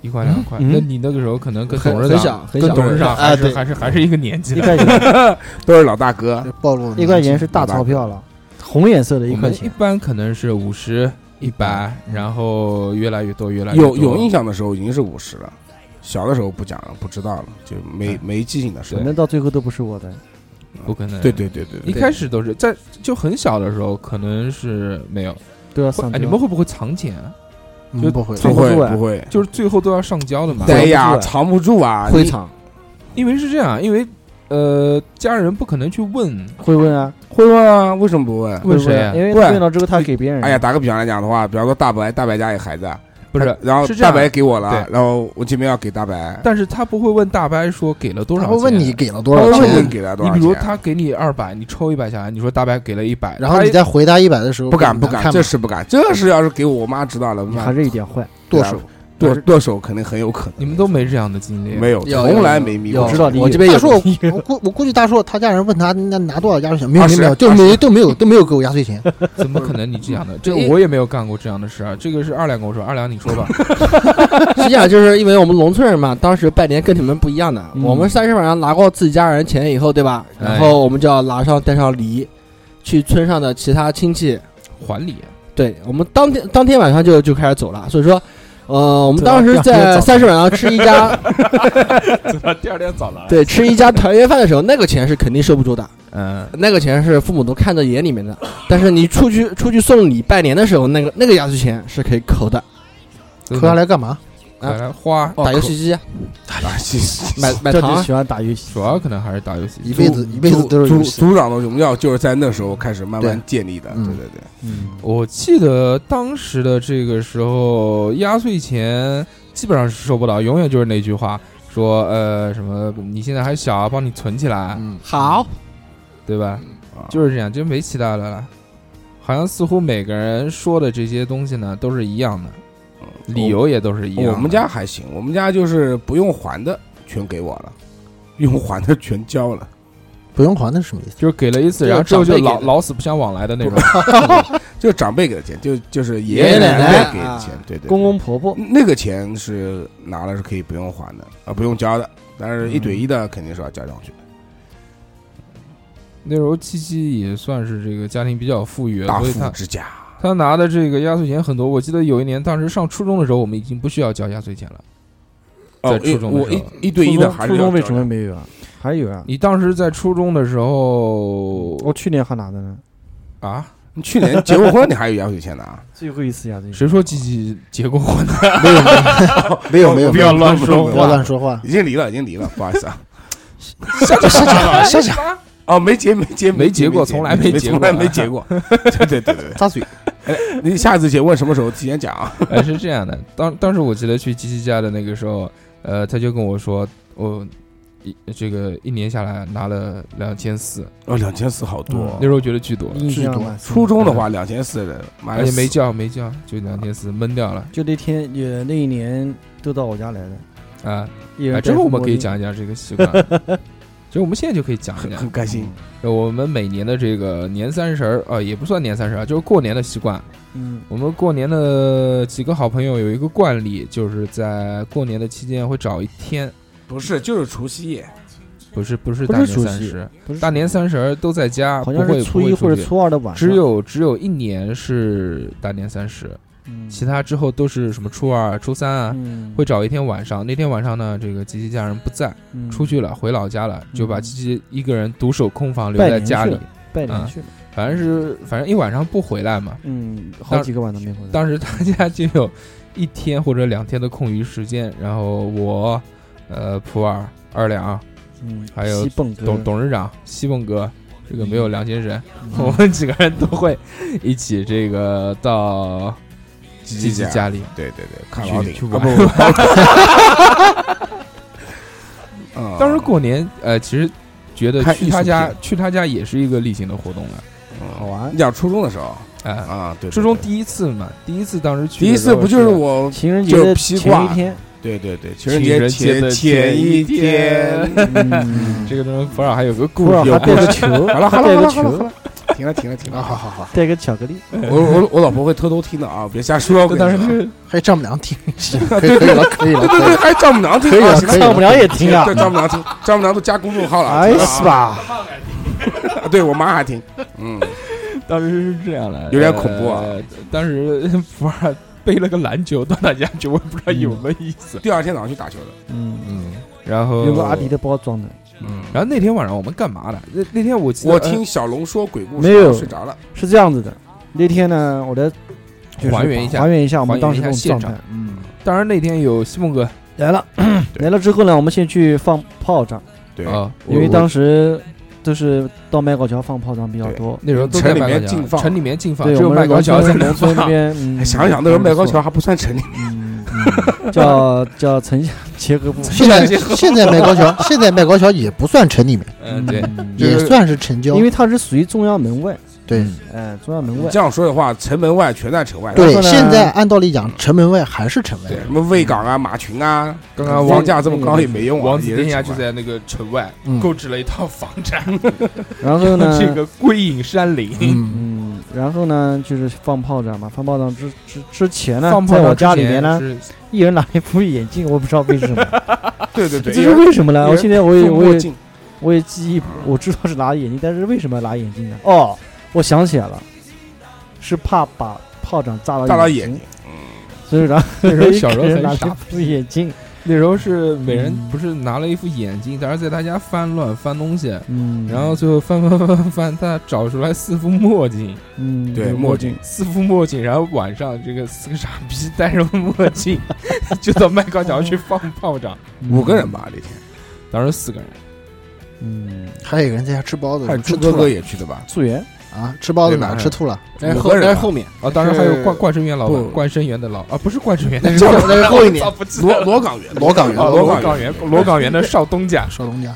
一块两块？
嗯
那你那个时候可能跟
很
董事
很
长、
小很
跟
小
董事长
啊
还是
对
还是还是一个年纪
一
的。
块钱，
都是老大哥，
这暴露了
一块钱是大钞票了，红颜色的一
我
块
们一
钱。
般可能是五十、一百，然后越来越多，越来越
有
多。
有印象的时候已经是五十了，小的时候不讲了，不知道了，就没
嗯
没记性的时候
反。正到最后都不是我的，
不可能。
对对对对
一
对，
开始都是在就很小的时候，可能是没有。
都要上
哎，
交。
你们会不会藏钱啊？
嗯
就
不会，
不
藏不
会
住啊
不会，
就是最后都要上交的嘛。
哎
藏
呀，
不住啊
藏不住啊，
会
你
场。
因为是这样，因为呃，家人不可能去问
会问啊？
会问啊？为什么不问？
问谁
啊？因
啊，
为
问
问了之后他给别人。
哎呀，，打个比方来讲的话，比方说大白，大白家有孩子，
不是。
然后
是这
大
样
白给我了，
对
然后我前面要给大白，
但是他不会问大伯说给了多
他
少
会
钱。
问你给了多
他
少
会
钱，
问你给了多
你
少
比如
钱
他给你二百，你抽一百下来，你说大伯给了一百，
然后你
他
在回答一百的时候，
不敢不
给他
敢，
看
这
嘛
是不敢，这是要是给我妈知道了，
你
妈
还是一点坏。
剁手，
剁剁手肯定很有可能。
你们都没这样的经历，
没有，
有
从来没迷过
有。知道你
我这边
大
有
硕，我估我估计大硕他家人问他那拿多少压岁钱，没有
二
没
十
有没有，就
二
没
十
都没有都没有给我压岁钱，
怎么可能你这样的？这
对
我也没有干过这样的事儿。这个是二两跟我说，二两你说吧。
实际上就是因为我们农村人嘛，当时拜年跟你们不一样的。
嗯
我们三十晚上拿过自己家人钱以后，对吧？
哎
然后我们就要拿上带上梨，去村上的其他亲戚。
还礼，
对我们当天当天晚上就就开始走了，所以说呃，我们当时在三十晚上吃一家，
第二天早上
对，吃一家团圆饭的时候，那个钱是肯定收不住的，
嗯，
那个钱是父母都看在眼里面的。但是你出去出去送礼拜年的时候，那个那个压岁钱是可以扣的，
真
扣下
的
来干嘛？
买来花，
啊
哦
打游戏机啊，
啊，谢谢
买买
这
糖
就
啊
喜欢打游戏，
主要可能还是打游戏。
一辈子一辈子都是
组
游戏。
组长的荣耀就是在那时候开始慢慢
对
建立的，对
嗯
对对。
嗯，
我记得当时的这个时候，压岁钱基本上是收不到，永远就是那句话，说呃什么你现在还小啊，帮你存起来，
嗯，
好，
对吧？
啊
就是这样，就没其他的了。好像似乎每个人说的这些东西呢，都是一样的，理由也都是一样的。
哦我们家还行，我们家就是不用还的全给我了，用还的全交了。
不用还的是什么意思？
就是给了一次，
就是
然后之后
长
就
辈
老
给的
老死不相往来的 那种。
就长辈给的钱，就就是爷
爷爷
奶
奶奶
给
啊
的钱，对对，
公公婆婆
对那个钱是拿了是可以不用还的啊，不用交的，但是一对一的肯定是要交上去的，
那时候七七也算是这个家庭比较富裕，啊
大
所以
富
他
之家。
他拿的这个压岁钱很多。我记得有一年，当时上初中的时候，我们已经不需要交压岁钱了。
哦
在，初中的
我
时
一
候
一对一的还是
初
要
中为
交
什么
的
没有啊？还有啊，
你当时在初中的时候
我去年还拿的呢，
啊？
你去年结过婚，你还有压岁钱呢啊？
最后一次呀，这
谁说七七结过 婚的？
没有没有没有，没有
不要乱说
不要
话。
乱说话。
已经离了，已经离了，不好意思啊。
下去下去下去，
哦，没结，没结，
没结过从来没结过
从来
啊
没结过。 对对对对，
扎嘴。
你下次结婚什么时候提前讲啊？
哎，是这样的，当当时我记得去七七家的那个时候，呃，他就跟我说，我一这个一年下来拿了两千四，
哦，两千四好多
那。时候觉得巨多了，
印象蛮深
初中的话，哎两千四的，妈
而
的
且没叫没叫，就两千四闷掉了
就那天也那一年都到我家来的，
啊。
一人
哎，
戴
这
副
个我们
墨
可以
镜，
讲一讲这个 习惯，其实我们现在就可以讲一
很
讲
很开心。
呃我们每年的这个年三十儿，呃，也不算年三十儿啊，就是过年的习惯。
嗯，
我们过年的几个好朋友有一个惯例，就是在过年的期间会找一天，
不是，就是除夕夜，
不是不是
不
大
是
年
除
三
夕
十，
不是
大年三十儿都在家，
好
不
像
会
是初一
不会
或者
出去
初二的晚上，
只有只有一年是大年三十，
嗯
其他之后都是什么初二、初三啊，
嗯
会找一天晚上。那天晚上呢，这个吉吉家人不在，
嗯
出去了，回老家了，就把
嗯
吉吉一个人独守空房留
拜
在
年
家
去
里
了。拜
啊
年去了，
反正是反正一晚上不回来嘛。
嗯，好几个晚上没回来，
当时大家 就有一天或者两天的空余时间，然后我，呃，普洱、二两、
嗯，
还有
西蹦哥
董董事长、西凤哥，这个没有梁先生，我
嗯
们几个人都会一起这个到吉吉家里
啊对对对，看老
去
顶
去
啊
玩。
不，嗯
当时过年，呃，其实觉得
看
去
艺术
他家
品
去他家也是一个例行的活动了，
好玩
你，讲初中的时候
哎、
啊，对，对
初中
对
第一次嘛，第一次当时去
第一
的时
次
候
不就是我？
情人
就
节
是
的
披
前
挂
一天，
对对对，
情
情人节
人节
前
的
前
前
一
一
天
天，
嗯，
这个东西，普洱还有个故
普洱
事，
还
有
带个球，
好了好了好
带
了好
个
了好
球，
了，停了停了停了，好好好，
带个巧克力，
我我我老婆会偷偷听的啊，别瞎说。我
就
跟
当时
你说
就是
还丈母娘听，行可以可以了，可以了，可以
对对对，
了，
还丈母娘听
可以
啊
了，
行
可以
丈母
了。
娘也听啊
对，丈母娘听，丈母娘都加公众号了，
哎
听了啊
是？吧？
啊 对我妈还听，嗯，
当时是这样的，
有点恐怖啊
呃当时普洱背了个篮球到他家去，我也不知道有没有意思。
第二天早上去打球的，
嗯，
然后
有个阿迪，的包装的，
嗯，
然后那天晚上我们干嘛的？那那天我记得呃
我听小龙说鬼故事，
没有
睡着了，
是这样子的。那天呢，我来就是
还原一下
还原一下我
还原
们
一
当时
下
那种
现
状
场
态。嗯，
当然那天有西蒙哥
来了，
对
来了之后呢，我们先去放炮仗，
对，
啊，
因为
我
当时都是到麦皋桥放炮仗比较
对
多。嗯
那时候都在
城里
麦
面
高
禁
桥，
放
城里面禁放，
对，
只有
我
麦
们
高
农
桥在
村
那
农村那
放。
边，嗯
哎想想那时候麦高桥
还
还不算城里，
不错嗯，嗯叫叫城乡结合部，
现在现在麦高桥，现在麦高桥也不算城里面，
嗯，对，
嗯
就
也
是
算是城郊
因。为它是属于中央门外，
对
嗯
哎，中央门
你
外
这，样说的话，城门外全在城外。
对
后，呢
现在按道理讲，城门外还是城外
对，。什么卫岗啊、马群啊，
刚刚
房
王
价这么高也没用啊。
王子
也是
殿下就
城外
在那个城外
嗯
购置了一套房产，
然后呢，
嗯 这个归隐山林。
嗯，
嗯，然后呢就是放炮仗嘛，放炮仗之之之前呢，
放炮
在
仗
我
之
家里
前
面呢，
是
一人拿一副眼镜，我不知道为什 么，
对对对，
这是为什么呢？
有
我
人
现在我
也
也
是
我
墨
也
镜
我也记忆，我知道是拿眼镜，但是为什么要拿眼镜呢？哦，我想起来了，是怕把炮仗炸到
大到
眼
眼
睛
睛，，
所以然后
那时候小时 候很
拿
傻
着副眼镜，
那时候是每人不是拿了一副眼镜，但是在他家翻乱翻东西，
嗯，
然后最后翻翻翻翻翻，他找出来四副墨镜，
嗯，
对
有
墨镜，
四副墨镜，然后晚上这个四个傻逼戴上墨镜，就到麦高桥去放炮仗，
五个人吧那天，
当时四个人，
嗯，
还有一个人在家吃包
嗯
子
还有，
吃
朱哥
吐
哥
了
也去的吧？
素媛，
啊！吃包子
对
哪
吧
吃吐了？
但是
五
后
个人
但是
吧
后面
啊，当时还有
是
冠冠生园老板
不，
冠生园的老啊，不是冠生园，
那是后那是后一 年
我操不记得
罗
了
罗岗园，
罗岗园
啊，
罗
罗
岗嗯
岗园，罗岗 园的少东家，嗯
少东家，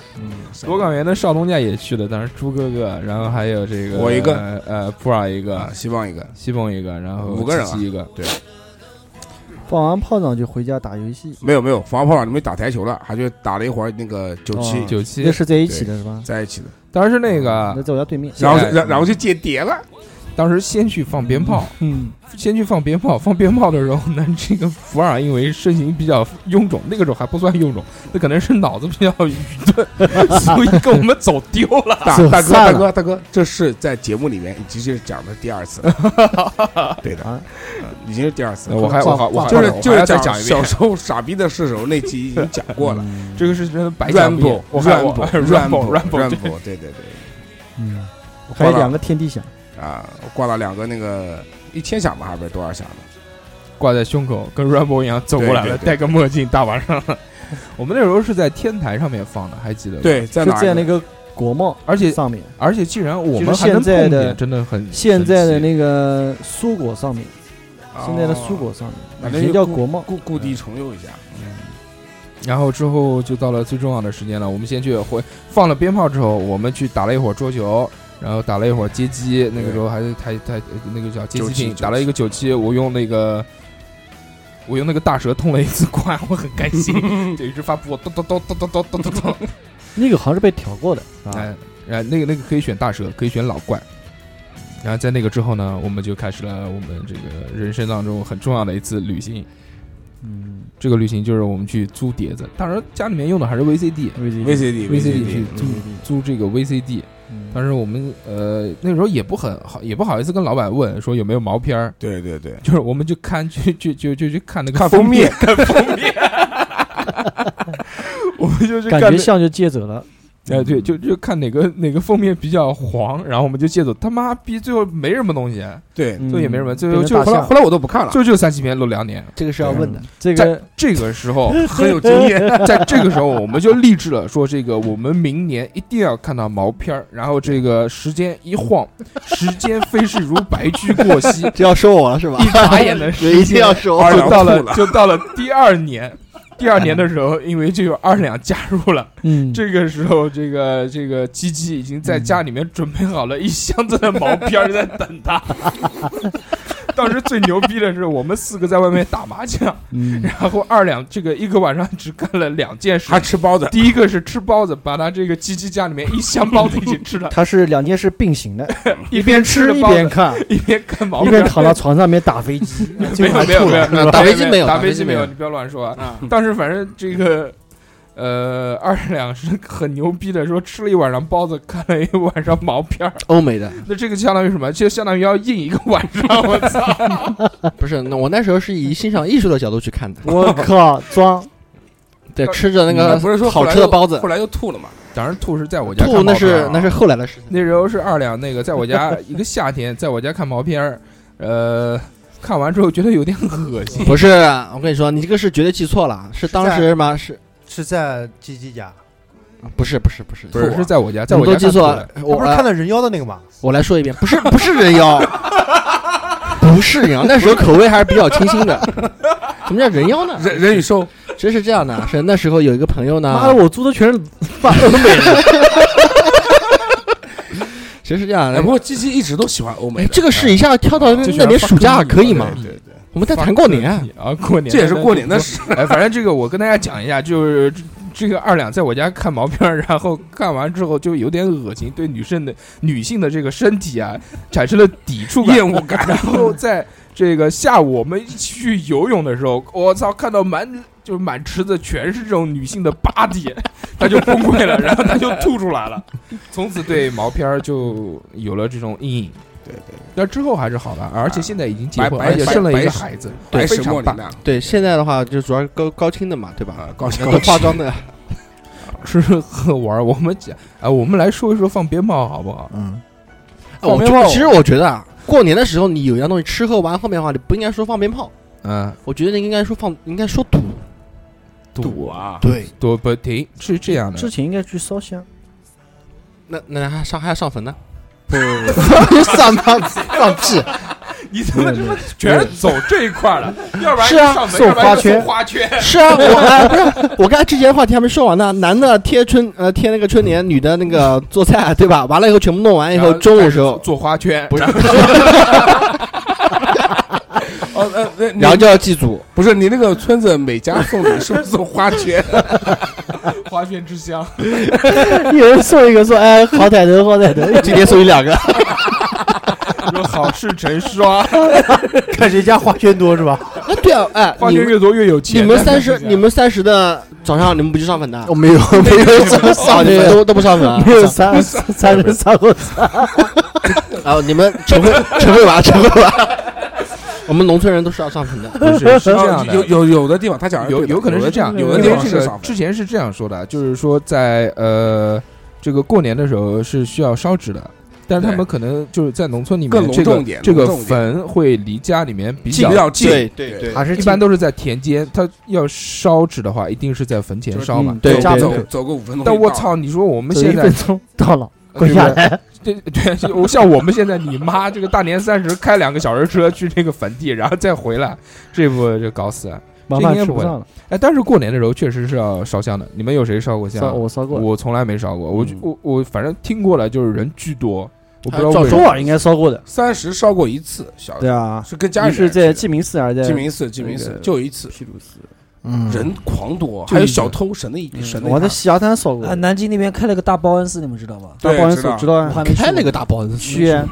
罗岗园的少东家也去了，当时朱哥哥，然后还有这个
我一个
呃，普洱一个
啊，，西方一个，
西蒙一个，然后
五个人啊
七七一个，对，
放完炮仗就回家打游戏，
没有没有，防炮你们打台球了，还去打了一会儿那个九七
哦
九七
那，是在一起的是吧？
在一起的，
当时嗯那
那
个，
在我家对面，
然后
现在
然然后去间谍了，
当时先去放鞭炮，
嗯，
先去放鞭炮，放鞭炮的时候呢， 这个普洱因为身形比较臃肿，那个时候还不算臃肿，那可能是脑子比较愚钝， 所以跟我们走丢了。
大
走
大哥
散
大
了
哥大哥，这是在节目里面已经是讲的第二次，对的，
啊
嗯已经是第二次了。
我还我还我还
就是
我
就
还要
是
再
讲
一
小
遍，
时候傻逼的是时候那集已经讲过了。
这个是真的白讲不厌
Rambo
我
Rambo
Rambo Rambo
Rambo，对对对，
嗯，
我
还
挂
有两
了
个天地响，
啊，我挂了两个那个一千响吧，还是多少响的？
挂在胸口，跟 Rambo 一样走过来
对
了，
对对
戴个墨镜，大晚上了。我们那时候是在天台上面放的，还记得吧？
对，在
就
哪儿呢？
在那个国贸
而且
上面，
而且既然我
就
们
是
还能
现在
碰
的
见，真的很
现在的
神奇
那个蔬果上面，
哦
现在的蔬果，上
反
啊
面，
正
以前
就
叫
故
国贸，
故故地重游一下。嗯
然后之后就到了最重要的时间了，我们先去回放了鞭炮之后，我们去打了一会儿桌球，然后打了一会儿街机，那个时候还是台台那个叫街机
九七
厅，
九七
打了一个九七，我用那个。我用那个大蛇痛了一次关，我很开心。就一直发布，咚咚咚咚咚咚咚咚咚。
那个好像是被调过的啊
哎，，哎，那个那个可以选大蛇，可以选老怪。然后在那个之后呢，我们就开始了我们这个人生当中很重要的一次旅行。
嗯
这个旅行就是我们去租碟子，当然家里面用的还是 VCD，
，VCD，
，VCD
VCD 去租
嗯
租这个 VCD，
嗯
但是我们呃那时候也不很好，也不好意思跟老板问说有没有毛片儿，
对对对，
就是我们就看去去就就去看那个
看
封
封面，
看封面，我们就去看
感觉嗯
那
像就借走了，
哎对，就就看哪个哪个封面比较黄，然后我们就借走，他妈逼最后没什么东西，
对，
嗯
这也没什么就
变成
就
大
后来
象
后来我都不看了，
就就三七篇露两年，
这个是要问的。
这
在
个
这个时候很有经验，在这个时候我们就立志了，说这个我们明年一定要看到毛片儿。然后这个时间一晃，时间飞逝如白驹过隙，
这要说我了是吧
一眨眼的时
一定
间
要说
二
就
两
到
吐
了就到了第二年。第二年的时候，因为就有二两加入了，
嗯，
这个时候，这个这个鸡鸡已经在家里面准备好了一箱子的毛片儿在等 他。当时最牛逼的是，我们四个在外面打麻将，
嗯
然后二两这个一个晚上只干了两件事
还，吃包子，
第一个是吃包子，把他这个鸡鸡家里面一箱包子已经吃了，
它是两件事并行 的，
一边吃着
一
包子
边看，
一边看毛片
一边
儿。
躺到床上面打飞机，
没有没有没有没 有
打飞机没有
打
打
飞
飞
机
机
没
没有
有，你不要乱说啊！
嗯
当时反正这个。呃，二两是很牛逼的，说吃了一晚上包子，看了一晚上毛片儿，
欧美的
那这个相当于什么？就相当于要印一个晚上。我操！
不是，那我那时候是以欣赏艺术的角度去看的，
我靠，装，
对，吃着那个
不是说后
好
来
吃的
又
包子
后，来又吐了嘛，
当然吐是在我家看
吐那
毛片儿
是
啊
那是后来的事情。
那时候是二两那个，在我家一个夏天，在我家看毛片儿，呃，看完之后觉得有点恶心。
不是，啊我跟你说，你这个是绝对记错了，是当时嘛是
是在鸡鸡家，
啊不是不 是不是，
不是是在我家，在
你
我
都
家
记
看
错
吐
了
了。。
我
我
不是看到人妖的那 个吗？
我来说一遍，不是不是人妖，不是人妖，那时候口味还是比较清新的。什么叫人妖呢？
人人与兽
真是这样的，啊是那时候有一个朋友
妈的，
呢，
我租的全是发欧美人，
其实是这样
哎，
的
不。过鸡鸡一直都喜欢欧美
哎
的，
这个事一下跳到那
就喜
那
欢
年
发
暑假
疯
可以吗？
对对对，
我们在谈过年，
啊，过年
这也是过年的。事。
哎，反正这个我跟大家讲一下，就是这个二两在我家看毛片儿，然后看完之后就有点恶心，对女生的女性的这个身体啊产生了抵触感、厌恶感。然 后在这个下午我们一起去游泳的时候，我操，看到满就是满池子全是这种女性的 body，他就崩溃了，然后他就吐出来了。从此对毛片儿就有了这种阴影。
对对，啊
但之后还是好的，而且现在已经结婚，
白
而且
白
生了一
白
个
石
孩子，
白
非
石
常
莫里
棒。
娜
对，现在的话就主要是高高清的嘛，对吧？
啊，高兴
都化妆的，
吃喝玩，我们讲，哎，我们来说一说放鞭炮好不好？
嗯，
放
我
鞭
觉
炮
得其实我觉得啊，过年的时候你有一样东西吃喝玩后面的话，你不应该说放鞭炮，
嗯，
我觉得你应该说放，应该说赌。
赌啊，
对，
赌不停是这样的
之，前应该去烧香，
那那还上还要上坟呢？
上当放屁，
你怎么这么全是走这一块儿了？要不然
是啊
上门，
送
要不然就
花圈
送花圈，
是啊，我哎不是，我刚才之前话题还没说完呢。男的贴春呃贴那个春联，女的那个做菜，对吧？完了以后全部弄完以后，
然后
中午时候，
做花圈，
不是
然后
哦，呃，那你
然后就要祭祖。
不是你那个村子每家送礼是不是送花圈？
花圈之乡，
有人送一个说哎好歹的好歹的，
今天送你 两个，
说好事成双，
看谁家花圈多是 吧？
啊对啊，哎，
花
你
圈
们
越多越有
你
钱。
们三十你们三十的早上你们不去上坟的？
我 没有没有这么
啊，
上
你
这
们
个，
都都不 上坟啊？
没有三 三人三后
啊，你们晨会晨会吧，晨会吧。 我们农村人都是要上坟的，
不是是这样
哦
的，
有有有的地方他讲的
有
对的
有可能是这样，
有的
因
地
为
方
这
是
个
上坟
之前是这样说的，就是说在呃这个过年的时候是需要烧纸的，但是他
对
们可能就是在农村里
更
面，
隆
这
重
个
点
这个
隆重点
坟会离家里面比
近
较
比较近，
对
对
还是
一般都是在田间，他要烧纸的话，一定是在坟前烧
嗯
嘛。
对
家
对
走
走
走个五分钟。
但我，操，你说我们
走嗯一
现在
分钟到了，
对不
滚下
对？
来，
对 对，就我像我们现在，你妈这个大年三十开两个小时车去那个坟地，然后再回来，这不就搞死啊？
麻
这
烦
应该
吃
不
不
会
上了。
哎，但是过年的时候确实是要烧香的。你们有谁烧过香
烧
啊？
我烧过了，嗯
我从来没烧过，我就我我反正听过了，就是人巨多，我不知道
哎
还
为
有照
什
中
么。
耳应该烧过的。
三十烧过一次，小
对啊，
是跟家
你
里
是
人
在
去
鸡鸣寺还是
的
在
鸡鸣寺，鸡鸣
那
寺
个
就一次，
披露寺？
嗯，
人狂多，
就
还有
一次
小偷神的一神的一
我在
趟。
西崖滩烧过
啊，。南京那边开了个大报恩寺，你们知道吧？
大
对
报恩
知
寺
道
知道
我
啊？
还没
开了
去
个
过
大包子，
屈原，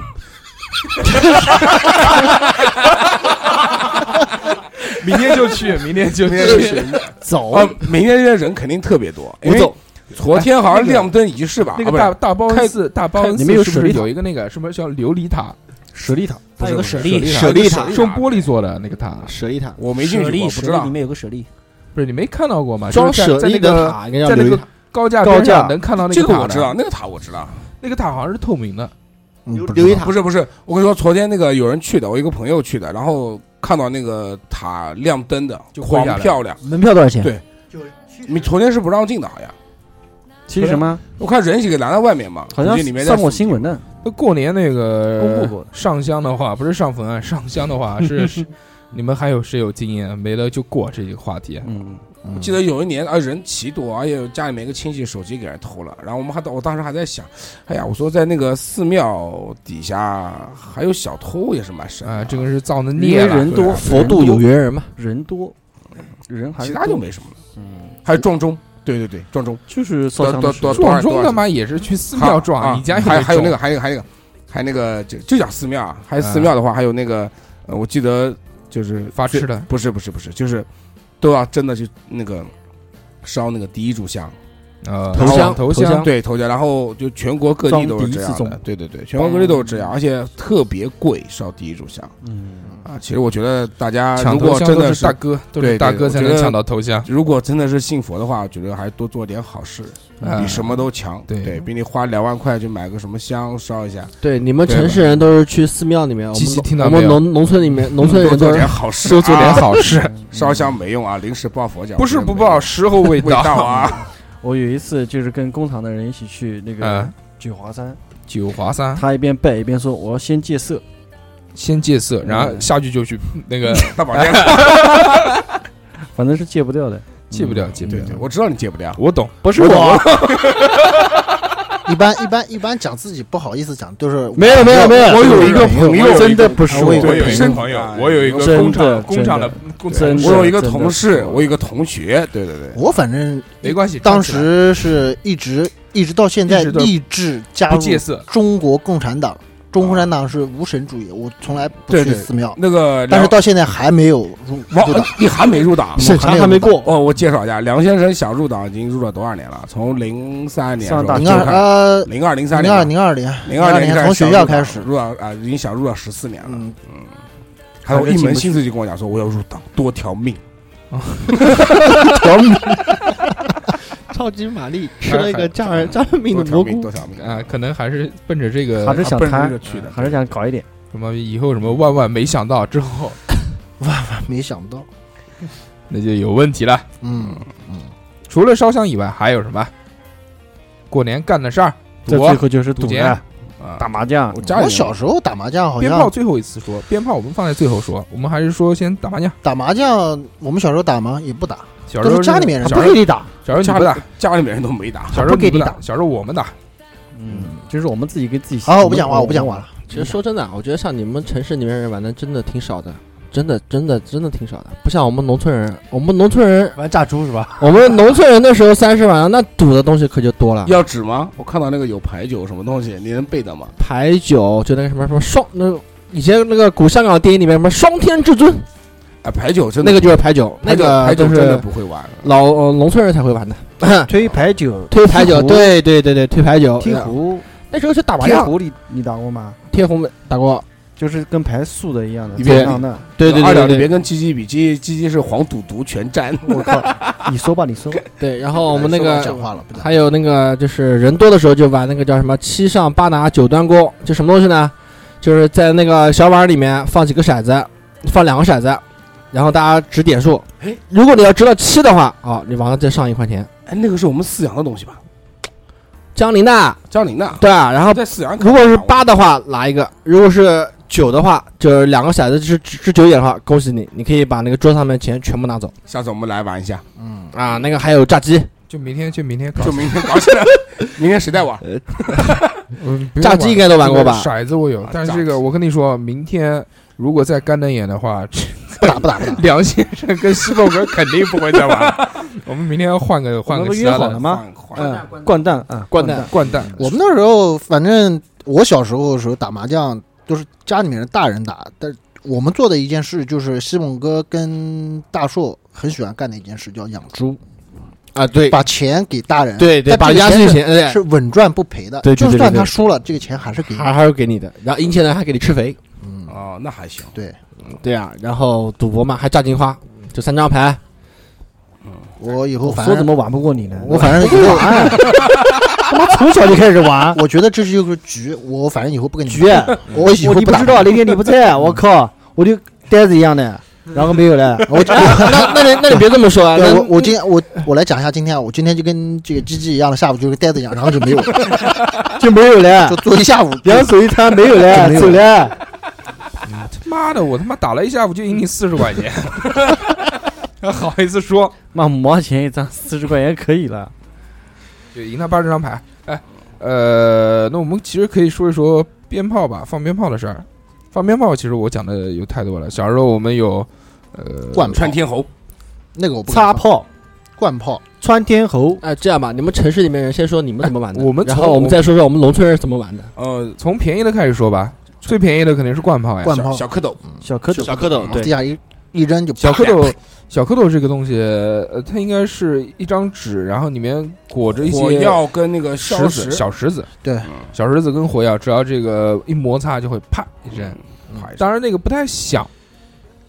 明天就去，明天就
明天就去
去。
走
啊，明天这些人肯定特别多。
我走，
昨天好
哎
像
那个
亮灯仪式吧？
那
啊
个
不是
大大包恩寺，大包恩
你们
寺
有
是不
舍
是
利塔
有一个那个什么叫琉璃塔？
舍利塔，
不
它
是
有个
不是啊
舍利
塔
舍利
塔
塔
是用玻璃做的那个塔，
舍利塔，
我没进
舍
去
利
过，
舍
不知
利
道
里。面有个舍利，
不是你没看到过吗？
装
就是
舍
在在
利
那
的
个
塔应该叫
在那
琉璃
个
塔。
高架
高
边上
架
能看到那
这
个
个
塔
我
的
知道，，那个塔我知道。
那个塔好像是透明的，
嗯不知
琉
道
璃塔
不是不是，我跟你说，昨天那个有人去的，我一个朋友去的，然后看到那个塔亮灯的，
就跪
狂
下来了
漂亮。
门票多少钱
对你昨天是不让进的，好像
其实什么？
我看人几个拦在外面嘛，
好像
估计里面在
上过
肃
新
静
闻。的，
那过年那
公
个
布过的
上香的话，不是上坟啊，上香的话是是，你们还有谁有经验？没了就过这个话题。啊
嗯，
我记得有一年啊，人奇多，而且有家里面一个亲戚手机给人偷了，然后我们还我当时还在想，哎呀，我说在那个寺庙底下还有小偷也是蛮神的
啊，这个是造的
因
孽
为
了，
嗯人多，
佛度有缘人嘛，
人多，人还
啊其
是
他就
多
没什么了。嗯，还有撞钟，对对对，撞钟，
就是烧
多
香
多
的时
多
候。
撞钟他妈也是去寺庙
啊
撞，你家
还有还有那
个
个还有还有那个还有那个就就讲寺庙啊，还有寺庙的话，还有那个呃，我记得就是
发
最
吃的
不是不是不是，就是都要真的去那个烧那个第一炷香，
呃
头香
头
头
香
香
对头家，然后就全国各地都是这样
装第一次
的
粽，
对对对，全国各地都是这样，而且特别贵，烧第一炷香
嗯，
啊。其实我觉得大家
抢
啊如
头
果
香
真
都
的
是大哥，都
对
是
对
大哥才
我
能
觉得
抢到头香。
如果真的是信佛的话，我觉得还是多做点好事，
嗯
比 什么都强。
对
对，比你花两万块去买个什么香烧一下，
对，你们
对吧
城市人都是去寺庙里面，我
鸡鸡
们
听到
我
没
们
有
农农村里面，农村
多
人
做
都
点
是
好 事，啊
多做点。好事，
烧香没用啊，临时抱佛脚
不是不报，时候未
味
到
道。啊。
我有一次就是跟工厂的人一起去那个
嗯
九华山，
九华山
他一边拜一边说我要先戒色，
先戒色，然后下去就去那个
大保健，
反正是戒不掉的。
戒不掉，戒不
对
掉
对，。我知道你戒不掉，
我懂，
不是我，
一般一般一般讲自己不好意思讲，就是
没有没有没有
我有一个朋友
真的不
啊
是
我有一
我有一个
身
朋友
哎，
我有一个
真的
工厂工
真
厂的
的
工
真的
我有一个
真的
同事，
是
我有一个同学，对对对，
我反正
没关系。
当
站起来
时是一直一直到现在
一直都
立志加
不
入
戒色，
中国共产党，中共产党是无神主义，我从来不
对
去
对
寺庙，
那个
但
梁
是到现在还没有入入
王
党，，
你还没入党？
审查还没过。
哦，我介绍一下，梁先生想入党已经入了多少年了？从零三年
上大
零二呃，
零二零三
零
年
二
吧，
零二年，
零二
年
年
从学校开始，
入党啊，已经想入了十四年了。
嗯，
还有一门心思就跟我讲说，我要入党，多条命。
超级玛丽
吃了一个
加尔加尔
多条命，多条命
啊，！可能还是奔着这个
还是
啊
想
奔着
贪
这个去的
还是想搞一点。
什么以后什么万万没想到之后，
没想到，
那就有问题了。
嗯，
除了烧香以外，还有什么？过年干的事儿，
这
赌啊
最后就是赌
赌钱
了，
啊
打麻将
我。家里
我小时候打麻将好
鞭炮
像
最后一次说，鞭炮我们放在最后说，我们还是说先打麻将。
打麻将，我们小时候打吗？也不打，
小时
都
候
是家里面人
小
打
时
不
候
给你打，
小时候
家
你
里
不打，
家里面人都没打，
小时候
不给你
打
打，
小时候我们打。
嗯，就是我们自己给自己。
好，我不讲话，我不讲话。了。
其实说真的啊，我觉得像你们城市里面人玩的真的挺少的，真的真的真的挺少的，不像我们农村人。我们农村人，
玩炸猪是吧？
我们农村人那时候三十晚上那赌的东西可就多了，
要纸吗？我看到那个有牌九什么东西，你能背的吗？
牌九，就那个什么什么双，那以前那个古香港电影里面什么双天至尊，
哎，牌九真的
那个就是牌九，那
牌九
个
牌九
就
真的
是
不会玩。
老呃农村人才会玩的。
推牌九，
推牌九，对对对对，推牌九。
贴胡，
那时候去打麻
贴
将，
胡你你打过吗？
贴红梅打过，
就是跟牌素的一样的，
一
正
哎
边
常的。
对对
二两
对
你别
对
跟鸡鸡比，鸡鸡鸡是黄赌毒全占。
我靠，你说吧，你说吧。
对。然后我们那
说我
个
讲话了，不讲
还有那个就是人多的时候就玩那个叫什么七上八拿九端锅，就什么东西呢？就是在那个小碗里面放几个骰子，放两个骰子，然后大家指点数。如果你要值到七的话，哦，你往上再上一块钱。
哎，那个是我们饲养的东西吧？
江铃的，
江陵的，
对啊，然后
在饲养。
如果是八，的话，拿一个；如果是九的话，就是两个骰子是是九点的话，恭喜你，你可以把那个桌上面的钱全部拿走
下次我们来玩一下，
嗯，
啊。那个还有炸鸡，
就明天，就明天搞
就。明天搞起来。明天谁带玩？
嗯不用
炸鸡应该都玩过吧
这个骰子我有
啊，
但是
炸
这个我跟你说，明天如果再干瞪眼的话，这
不打不打 不打，
梁先生跟西凤哥肯定不会再玩了。 我们明天要换个换
我
个
们
其
约
他
好了
的
吗？
换换
嗯，掼蛋啊，
掼
蛋
蛋。
掼蛋。
我们那时候，反正我小时候的时候打麻将，都是家里面的大人打。但我们做的一件事，就是西蒙哥跟大硕很喜欢干的一件事，叫养猪，
啊，对
把钱给大人，
对对，
但
把
这个
压
钱
岁
是
钱，对，
是稳赚不赔的。
哎对对
就
对
算
对
他
对
输了，这个钱还是给你。
还还是给你的。然后赢钱呢，还给你吃肥，
嗯，
哦，那还行。
对
对啊。然后赌博嘛，还炸金花，就三张牌。
哎
我以后
我
反
说
正
怎么玩不过 你呢？
我反正以后，。
他妈从小就开始玩
我觉得这是一个局，我反正以后不跟你
局
玩我以
我
后
你不
打
知道，那天你不在，啊我靠，我就呆子一样的，然后没有了。
我就
那那你那你别这么说啊，
对，
那
我我今天我我来讲一下今天，我今天就跟 这个鸡鸡一样的，下午就跟呆子一样，然后就没有，了，
就没有 了
就，坐一下午。
两手一摊没
就
有
没
了，
有
走了。
妈的，我他妈打了一下午就赢
嗯
你四十块钱， 还好意思说
妈，五毛钱一张，四十块钱可以了。
就赢他八十张牌。哎，呃，那我们其实可以说一说鞭炮吧，放鞭炮的事儿。放鞭炮其实我讲的有太多了。小时候我们有，呃，
灌
穿天猴，
那个我不敢
擦
放
炮、
灌炮，
穿天猴，
哎这样吧，你们城市里面人先说你们怎么玩的，
哎我们
然
从
后我们再说说我们农村人是怎么玩的。
呃，
从便宜的开始说吧，最便宜的肯定是灌炮呀。
灌
小
炮
小蝌蚪，
小蝌蚪，
嗯小蝌蚪
对
地，下一一扔就
小
啪
蝌蚪，小蝌蚪这个东西，呃，它应该是一张纸，然后里面裹着一
火
些
药跟那个消
石子、
石，
小石子，
对
嗯，小石子跟火药，只要这个一摩擦就会啪一声。
嗯
好一声
当然那个不太响，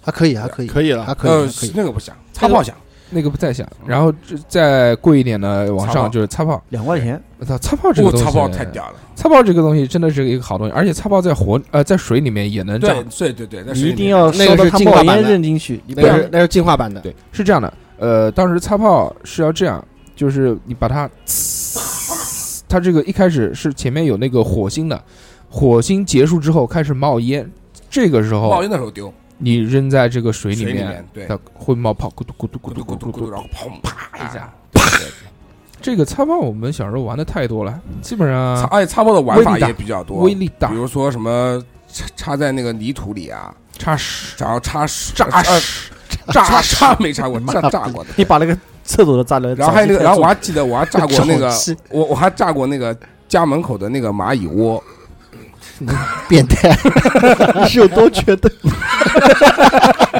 还可以，还可以，
以了
还可
呃
以，还可以。
那个不响，擦炮响，
那个不太响。然后这再贵一点的往
擦
上
炮
就是擦炮，
两块钱，
我操，擦炮这个
不
东西，
哦擦炮太，屌了。
擦炮这个东西真的是一个好东西，而且擦炮在火呃在水里面也能炸
对。对对对，在
你
水
一
里
定
面
要
那
烧
个
到
是
它
进化
冒
版
烟
的
扔进去，你不
那
然
是那是进化版的，
对，是这样的，呃，当时擦炮是要这样，就是你把它，它这个一开始是前面有那个火星的，火星结束之后开始冒烟，这个时
冒
候
烟的时候丢
你扔在这个水里
水里
面
面，，对，啊
它会冒泡，咕嘟咕嘟咕
咕
嘟
嘟
咕
咕
嘟
嘟
咕
咕
嘟啊哎
嘟，然后砰啪一下。
这个擦炮我们小时候玩的太多了，基本
擦，
上
而且擦炮的玩
威
法
力大
也比较多，
威力大
比，如说什么插插在那个泥土里啊，
插屎、
然后插屎
炸
呃
屎、
炸炸没炸过，炸
妈
炸过的。
你把那个厕所都炸了。
然后还有那个，
早就
然后我还记得 我还炸过那
沼
个
气，
我我还炸过那个家门口的那个蚂蚁窝，
变态，
是有多缺德？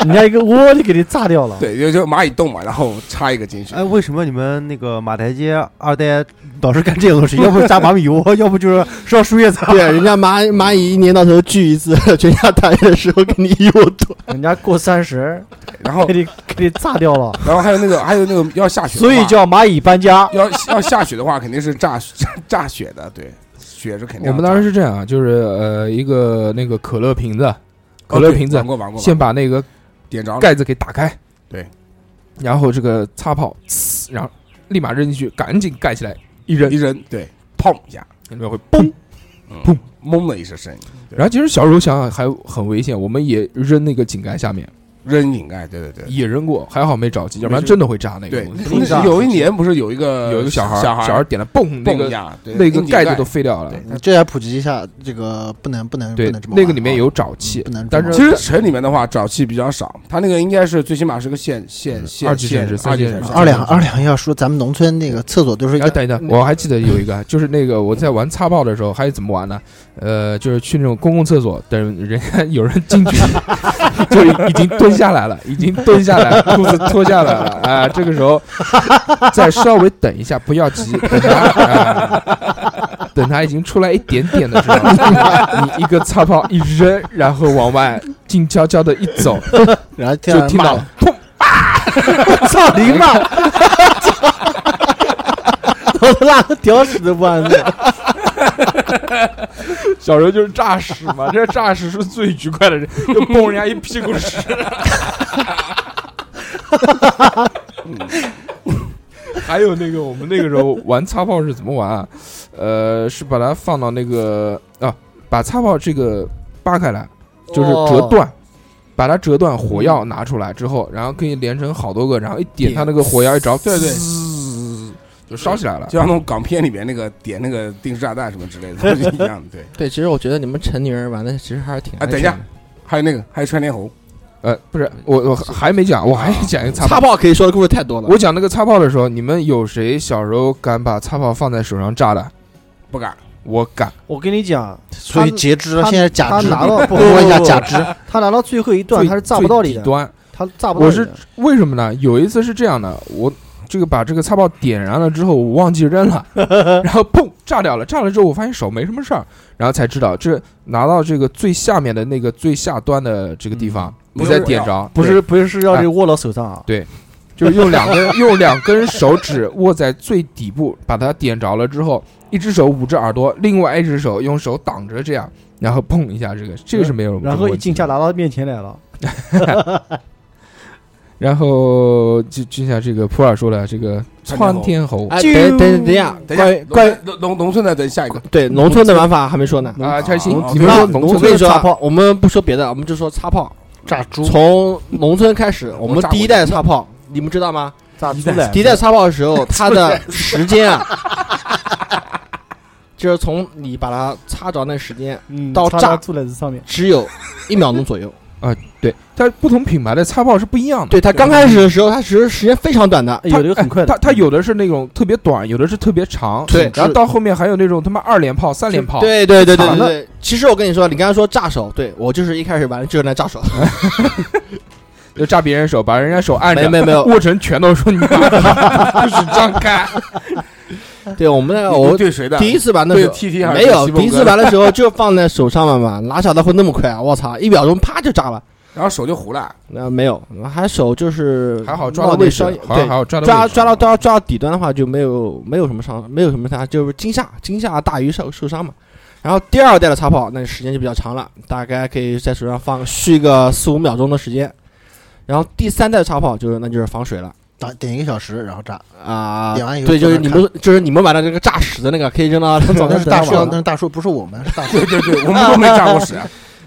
人家一个窝就给你炸掉了。
对，就就蚂蚁洞嘛，然后插一个进去。
哎，为什么你们那个马台街二代老是干这种事？要不炸马米窝， 要不就是烧树叶草。
对，人家蚂蚂蚁一年到头聚一次，全家团圆的时候给你一窝多。
人家过三十
然后
哎
给你给你炸掉了，
然后还有那个还有那个要下雪的话，
所以叫蚂蚁搬家。
要要下雪的话，肯定是炸炸雪 的，对，雪是肯定
我
要炸。
们当时是这样啊，就是呃一个那个可乐瓶子，可
哦
乐
对
瓶子
玩过玩过，
先把那个
点着了
盖子给打开，
对，
然后这个擦炮，呲然后立马扔进去，赶紧盖起来，一扔
一扔，对，砰一下，嗯
里面会嘣。
砰嗡的一声声音，对
然后其实小时候想想还很危险，我们也扔那个井盖下面，
扔井盖，对对对。
也扔过，还好没着急，要不然
没事
真的会炸那个
对
东西。，
那有一年不是有一个
有一个小孩儿，
小
小孩儿点了嘣，那
蹦一
个
下，对
那个
扔井
盖子都飞掉了
对。
你这要普及一下，这个不能不能不
对
能这，么玩啊。
那个里面有沼气
不能，这
但
么
是
玩
其实城里面的话，沼气比较少，它那个应该是最起码是个县县县
二级
县
城市
二
三
级
线
城
城
市
市
二两二两要说，咱们农村那个厕所都是一
哎，
个
等一等，我还记得有一个， 就是那个我在玩擦炮的时候，还有怎么玩呢？呃，就是去那种公共厕所，等人家有人进去， 就已经蹲下来了，已经蹲下来了，裤子脱下来了啊、这个时候再稍微等一下，不要急，等他、啊等他已经出来一点点的时候，你一个擦炮一扔，然后往外静悄悄的一走，
然后
就听到
了，
砰，
操你妈！ 我都拉个屌屎都不安的，
小时候就是诈尸嘛，这诈尸是最愉快的人，就蹦人家一屁股屎。还有那个，我们那个时候玩擦炮是怎么玩啊？呃，是把它放到那个啊，把擦炮这个扒开来，就是折断，把它折断，火药拿出来之后，然后可以连成好多个，然后一点它那个火药一着，
对对
滋，就烧起来了。
就像那种港片里面那个点那个定时炸弹什么之类的，都是一样的。对，
对，其实我觉得你们成年人玩的其实还是挺
哎等一下还有那个还有穿天猴，
呃，不是，我我还没讲，我还讲一个擦炮
擦。炮可以说的故事太多了。
我讲那个擦炮的时候，你们有谁小时候敢把擦炮放在手上炸的？
不敢。
我敢，
我跟你讲，
所以截肢了，
他
现在是假
他
肢，
拿到不
摸一下假肢，
肢，他拿到最后一段
最
啊他是炸不到你
最
的
底，端
他炸不到
我
你的。
是为什么呢？有一次是这样的，我这个把这个擦炮点燃了之后，我忘记扔了，然后砰炸掉了。炸了之后，我发现手没什么事儿，然后才知道这拿到这个最下面的那个最下端的这个地方，
嗯
你再点着，
不是不是是要
哎
这握到手上啊？
就是用两根用两根手指握在最底部，把它点着了之后，一只手捂着耳朵，另外一只手用手挡着，这样，然后砰一下，这个这个是没有什么
然后
问
一
题
镜
的
下拿到面前来了，
然后就就像这个普洱说的，这个窜天猴
哎，等等等一下，
等
关于
一下，
关于
农农农村的，等下一个。
对农村的玩法还没说呢。
啊，开心
农，
你们说
农
农
我
村
跟你
的
说
擦
啊
炮，，
我们不说别的，我们就说擦炮。
炸猪，
从农村开始，我们
炸
第一
过
代擦炮，你们知道吗？
炸出来
第一代擦炮的时 候，它的时间啊， 就是从你把它擦着那时间，
嗯
到
插
炸
出来这上面，
只有一秒钟左右。
对，但不同品牌的擦炮是不一样的。
对，它刚开始的时候，它其实时间非常短的。
哎有的很快的
它，它有的是那种特别短，有的是特别长，
对
然后到后面还有那种他妈二连炮、三连炮，
对对对对
长
对
的
对，其实我跟你说，你刚才说炸手，对我就是一开始玩就是那炸手，
就炸别人手，把人家手按
没
着，
没没有，
握成拳头说你 妈就是张开，
对我们那个
你
我
你对谁
啊
的？
第一次玩的
对
时候
T T 还是
没有，
西蒙
第一
哥
次玩的时候就放在手上了嘛， 哪晓得会那么快啊！我操，一秒钟啪就炸了。
然后手就糊了。
那、没有，还手就是
还好抓到
冒那
位置
稍，
好像还
对，
好抓到
抓
位置
抓到抓抓到底端的话就没有没有什么伤，没有什么伤，就是惊吓惊吓大于受受伤嘛。然后第二代的擦炮，那时间就比较长了，大概可以在手上放续个四五秒钟的时间。然后第三代擦炮就是那就是防水了
打啊点一个小时，然后炸。
啊、
点完以后
对，就是
坐
你
那
们就是你们玩的这个炸屎的那个，可以 扔到早
那
上
是大
树
树，那是大树，不是我们，是大树
对。对对，我们都没炸过屎。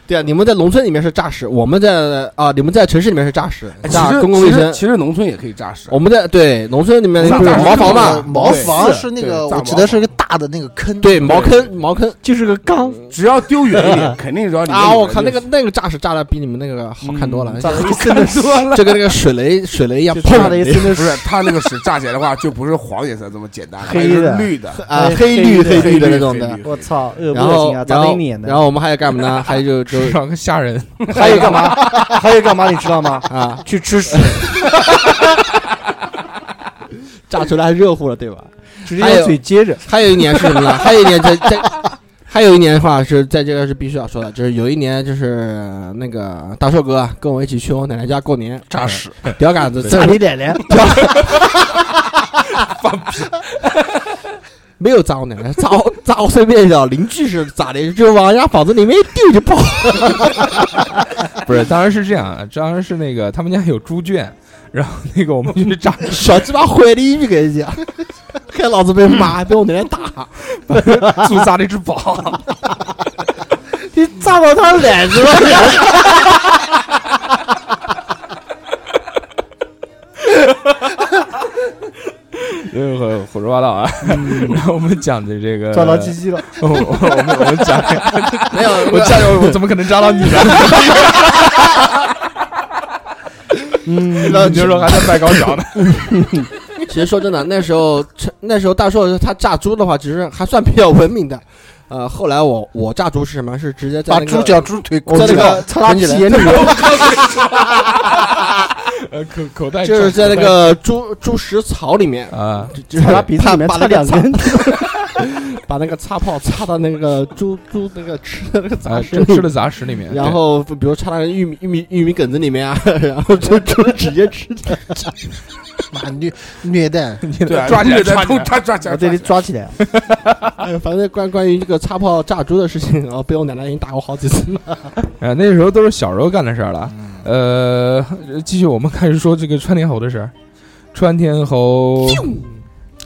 对啊，你们在农村里面是诈尸，我们在啊，你们在城市里面是诈尸，
哎其
诈
实
公共卫
其实
生。哦
其实农村也可以炸屎。
我们在对农村里面
炸
不是
炸
茅
尸
房
嘛
嘛，
茅
对
房
是
是那
对
个，
炸
我记
茅
得是一个大大的那个坑，
对茅坑茅坑
就是个缸，
只要丢远一点，肯定只要你
啊！我靠，那个那个炸是炸的比你们那个好看多了，
炸的一
看得多了。
就跟那个水雷水雷一样，
就
砰
炸的一身
不
的
是，它那个屎炸起来的话，就不是黄颜色这么简单了，
黑
还有
的
绿的，
啊，
黑
黑绿
黑
绿的那种
黑
的。
绿
我操，恶
然
不恶
后
心啊，，
然
砸了一
后
脸，的。
然后我们还有干嘛呢？还有就
吃
就
上个虾仁，
还有干嘛？还有干嘛？你知道吗？
啊，
去吃屎，
炸出来热乎了，对吧？
直接
还有
用嘴接着。
还有一年是什么 呢？还有一年在在，还有一年的话是在这个是必须要说的，就是有一年就是那个大寿哥啊跟我一起去我奶奶家过 年，
炸屎，
屌杆子，
大
这
你 奶奶！
没有砸我奶奶，砸 我砸我身边的邻居是咋的，就往人家房子里面一丢就跑。
不是，当然是这样，啊，当然是那个他们家有猪圈，然后那个我们就去炸，
小鸡巴坏的衣服给人家，害老子被骂，被我奶奶打。
猪炸了一只宝，
你炸到他奶子了！
因为很胡说八道啊。
嗯
然后我们讲的这个，
抓到鸡鸡了，
我我我们我们讲，
没有，
我
我
炸我怎么可能炸到你 呢？
那
你就说还在卖高脚呢，
其实说真的，那时候那时候大硕他炸猪的话，其实还算比较文明的。呃，后来我我炸猪是什么？是直接在
把
那个
猪脚、猪腿
我
在
这
那个
个擦拉皮眼里
呃口口袋
就是在那
口
个猪猪食槽里面，
袋啊，
就是
擦拉鼻子里面
把
插
那
两
个擦
根，
把那个擦炮插到那个猪猪那个吃的那个
啊
杂食
吃
里
吃了杂食里面，
然后比如插到玉米玉米玉米梗子里面啊，然后就就直接吃掉。
妈虐虐待，
对
对啊，
抓起来
绿的
抓起
抓
来
抓抓起来，
我这里
抓起
抓起来。
哎反正关关于这个擦炮炸猪的事情，然后被我奶奶已经打过好几次了。
啊，那时候都是小时候干的事儿了。
嗯
呃，继续我们开始说这个川天侯的事儿。川天侯，
来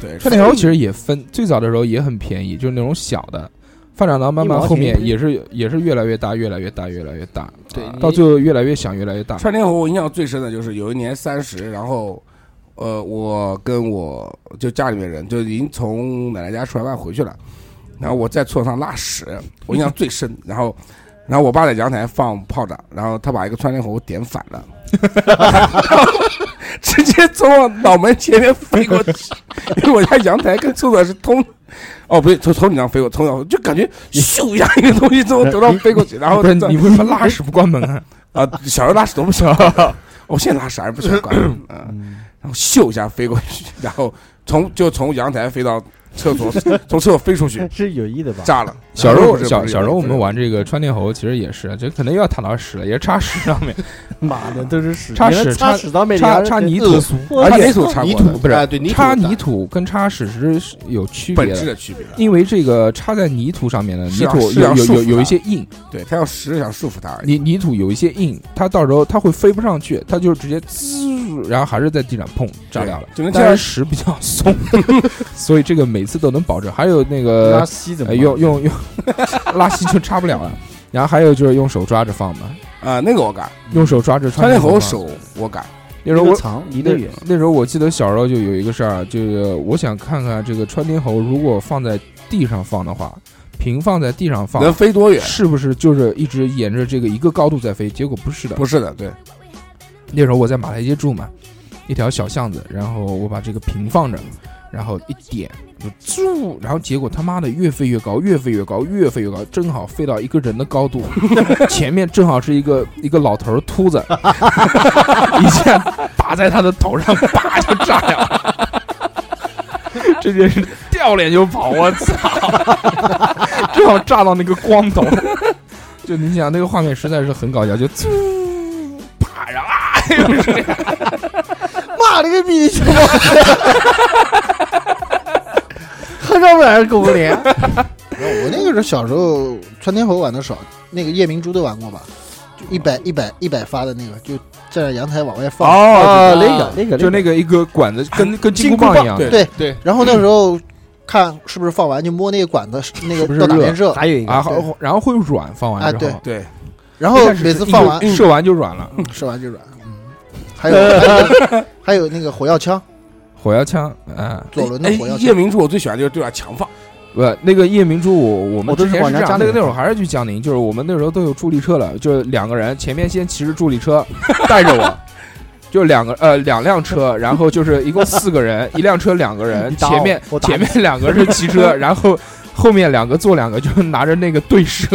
对，
川天侯其实也分，最早的时候也很便宜，就是那种小的，发展到慢慢
一毛钱嗯
后面也是也是越来越大，越来越大，越来越大，
对
到最后越来越响，越来越大。
川天侯，我印象最深的就是有一年三十，然后，呃，我跟我就家里面人就已经从奶奶家吃完饭回去了，然后我在厕所上拉屎，我印象最深。然后，然后我爸在阳台放炮仗，然后他把一个川天侯点反了， 直接从我脑门前面飞过去，因为我家阳台跟厕所是通。哦，不对，从从你那飞过，从我就感觉咻一下，一个东西从我头上飞过去，然后
哦
不是
再
你为什么拉屎不关门 啊？
啊，小时候拉屎都不喜欢管， 我现在拉屎还是不喜欢管，嗯，然后咻一下飞过去，然后从就从阳台飞到厕所， 从厕所飞出去，
是有意的吧？
炸了。
小时候
是不是
小小时候我们玩这个川天侯，其实也是，这可能又要谈到屎了，也是插屎上面，
妈的，都是屎，
插屎
原来
插
插屎到美
插插泥土，
而且
而
泥
且
土插
泥
过
土
的，
不哎
啊
是
对泥土
插
的
泥土跟插屎是有区别
本
的，
质的 区别。
因为这个插在泥土上面的泥
是啊
土
是
有
啊
有
束
有
缚
有一
它
些硬。
对他要实质想束缚他而已。
泥泥土有一些硬，它到时候它会飞不上去，它就是直接滋，然后还是在地上砰炸掉了。
对只能这
但
样
是屎比较松， 所以这个每次都能保证。还有那
拉
个、
稀怎么
呃、
办？
用用用 拉稀就插不了了，然后还有就是用手抓着放嘛，
啊，那个我敢，
用手 抓着
川
穿
天
天
侯
嘛。
手我敢，
那时候我
藏离
那
得远，
那时候我记得小时候就有一个事儿，啊就是我想看看这个穿天猴如果放在地上放的话，平放在地上放
能飞多远？
是不是就是一直沿着这个一个高度在飞？结果不是的，
不是的，对，
那时候我在马台街住嘛，一条小巷子，然后我把这个平放着，然后一点就啾，然后结果他妈的越飞越高，越飞越高，越飞越高，正好飞到一个人的高度，前面正好是一个一个老头儿秃子， 一下打在他的头上，叭就炸掉了。这件事掉脸就跑，我操！正好炸到那个光头，就你想那个画面实在是很搞笑，就啾，啪，然后啊，又是
妈了个逼！
喝上晚上狗不脸，
我那个时候小时候穿天猴玩的少，那个夜明珠都玩过吧？就一百一百一百发的那个，就站在阳台往外放。
啊，
那个
那个那个
就那个一个管子跟跟金箍棒一样，啊
对
对
对，
然后那时候看是不是放完就摸那个管子，那
是不
个
是
到哪
热
边热，
还有一
啊，
个，
好然后会软，放
啊
完之
对
后，
对，
然
一
后
开始
每
是
次
一
放
个
完
射完就软了。
吃完就软。嗯，还有还有还有那个火药枪，
火药枪，啊，
左轮的
哎
火药，
夜
枪，
明珠我最喜欢就是对外强放，
不，那个夜明珠，我我们
哦都
之
是
前
往
是这
人
样，
家家
那个
里
那会儿还是去江宁，就是我们那时候都有助力车了，就是两个人，前面先骑着助力车带着我，就两个呃两辆车，然后就是一共四个人，一辆车两个人，
你打我
前面
我打你
前面两个是骑车，然后后面两个坐两个，就拿着那个对射，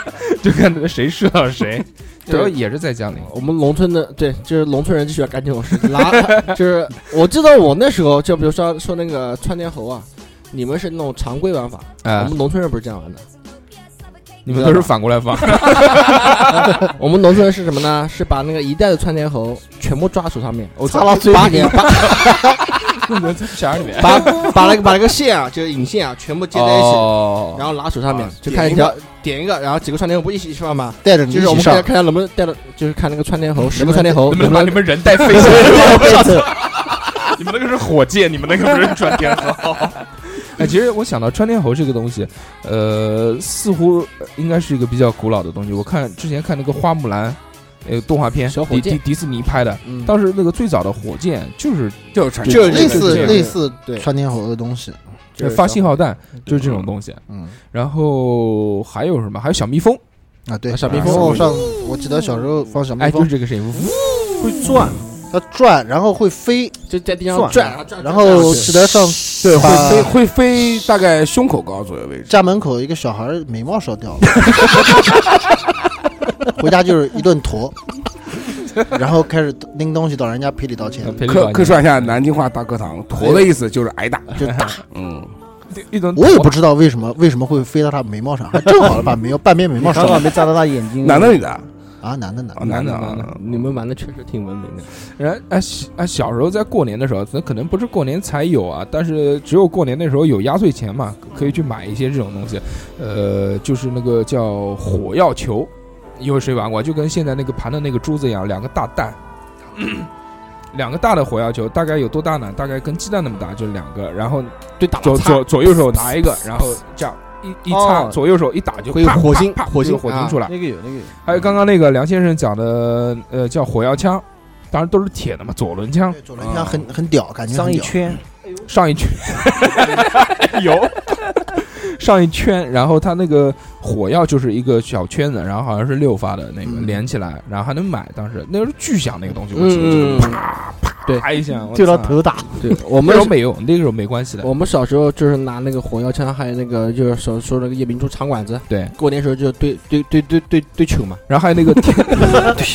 就看谁射到谁，主要也是在江宁，
我们农村的对，就是农村人就喜欢干这种事， 拿就是我记得我那时候就比如说说那个窜天猴啊，你们是那种常规玩法，我
啊，
们农村人不是这样玩的。
你们都是反过来放，
我们农村人是什么呢？是把那个一代的窜天猴全部抓手上面，
我
到嘴里，把
匣里面
把把那个把那个线啊，就是引线啊，全部接在一起，
哦
然后拿手上面
啊，
就
点
看一
一
条点一个，然后几个窜天猴不一起上吗？
带着你
哎就
一
是
起
我们
上，
看看一下能不能带到，就是看那个窜天猴，十个窜天猴
能不能把你们人带飞起
对
来？
对
你们那个是火箭，你们那个不是转天河。
哎，其实我想到穿天猴这个东西，呃，似乎呃应该是一个比较古老的东西。我看之前看那个花木兰，呃，动画片，
小火
迪
箭
迪迪士尼拍的，
嗯
当时那个最早的火箭就是
就是产
就是
类
这个
似
这个
类似
对
窜天猴的东西，
就是
发信号弹，就是这种东西。
嗯
然后还有什么？还有小蜜蜂，
啊对，
啊小蜜
然
蜂
后上我记得小时候放小蜜
哎，就
蜂
是，这个声音，呜
会转，
它转然后会飞，
就在地上
转
转，然后转
然后记得上
对，会
把
飞会飞大概胸口高左右位置。
家门口一个小孩儿眉毛烧掉了，回家就是一顿驮，然后开始拎东西到人家赔礼 道歉，
赔礼道
客
歉
客串一下南京话大课堂，驼的意思就是挨打。
就打。
嗯，
一种
我也不知道为什么为什么会飞到他眉毛上，还正好把眉毛半边眉毛烧
刚
了
刚没扎到他眼 睛。
男的女的？
啊！男的男
啊
的，
男的
男的
啊。
你们玩的确实挺文明的，
然后哎小哎，小时候在过年的时候，那可能不是过年才有啊，但是只有过年那时候有压岁钱嘛，可以去买一些这种东西。呃，就是那个叫火药球，有谁玩过？就跟现在那个盘的那个珠子一样，两个大蛋，两个大的火药球，大概有多大呢？大概跟鸡蛋那么大，就两个。然后
对打
左左左右手拿一个，然后这样一一擦，
哦
左右手一打就
会有
啪
火
啪
星
啪
火
就有
星
火星
啊
出来。
那个有那个有，
还有刚刚那个梁先生讲的，呃，叫火药枪，当然都是铁的嘛，左轮枪。
左轮枪很很屌，感觉
上
很
一
屌。
圈，
上 一圈 有上一圈，然后它那个火药就是一个小圈子，然后好像是六发的那个
嗯
连起来，然后还能买。当时那是
嗯
巨响那个东西，我记得就是
嗯，
啪一下，我
对到
操
头打，
对，我
那
们
时候没有，那个时候没关系的。
哦
我们小时候就是拿那个火药枪，还有那个就是手说那个夜明珠长管子，
对，
过年时候就对对对对对对球嘛，
然后还有那个天，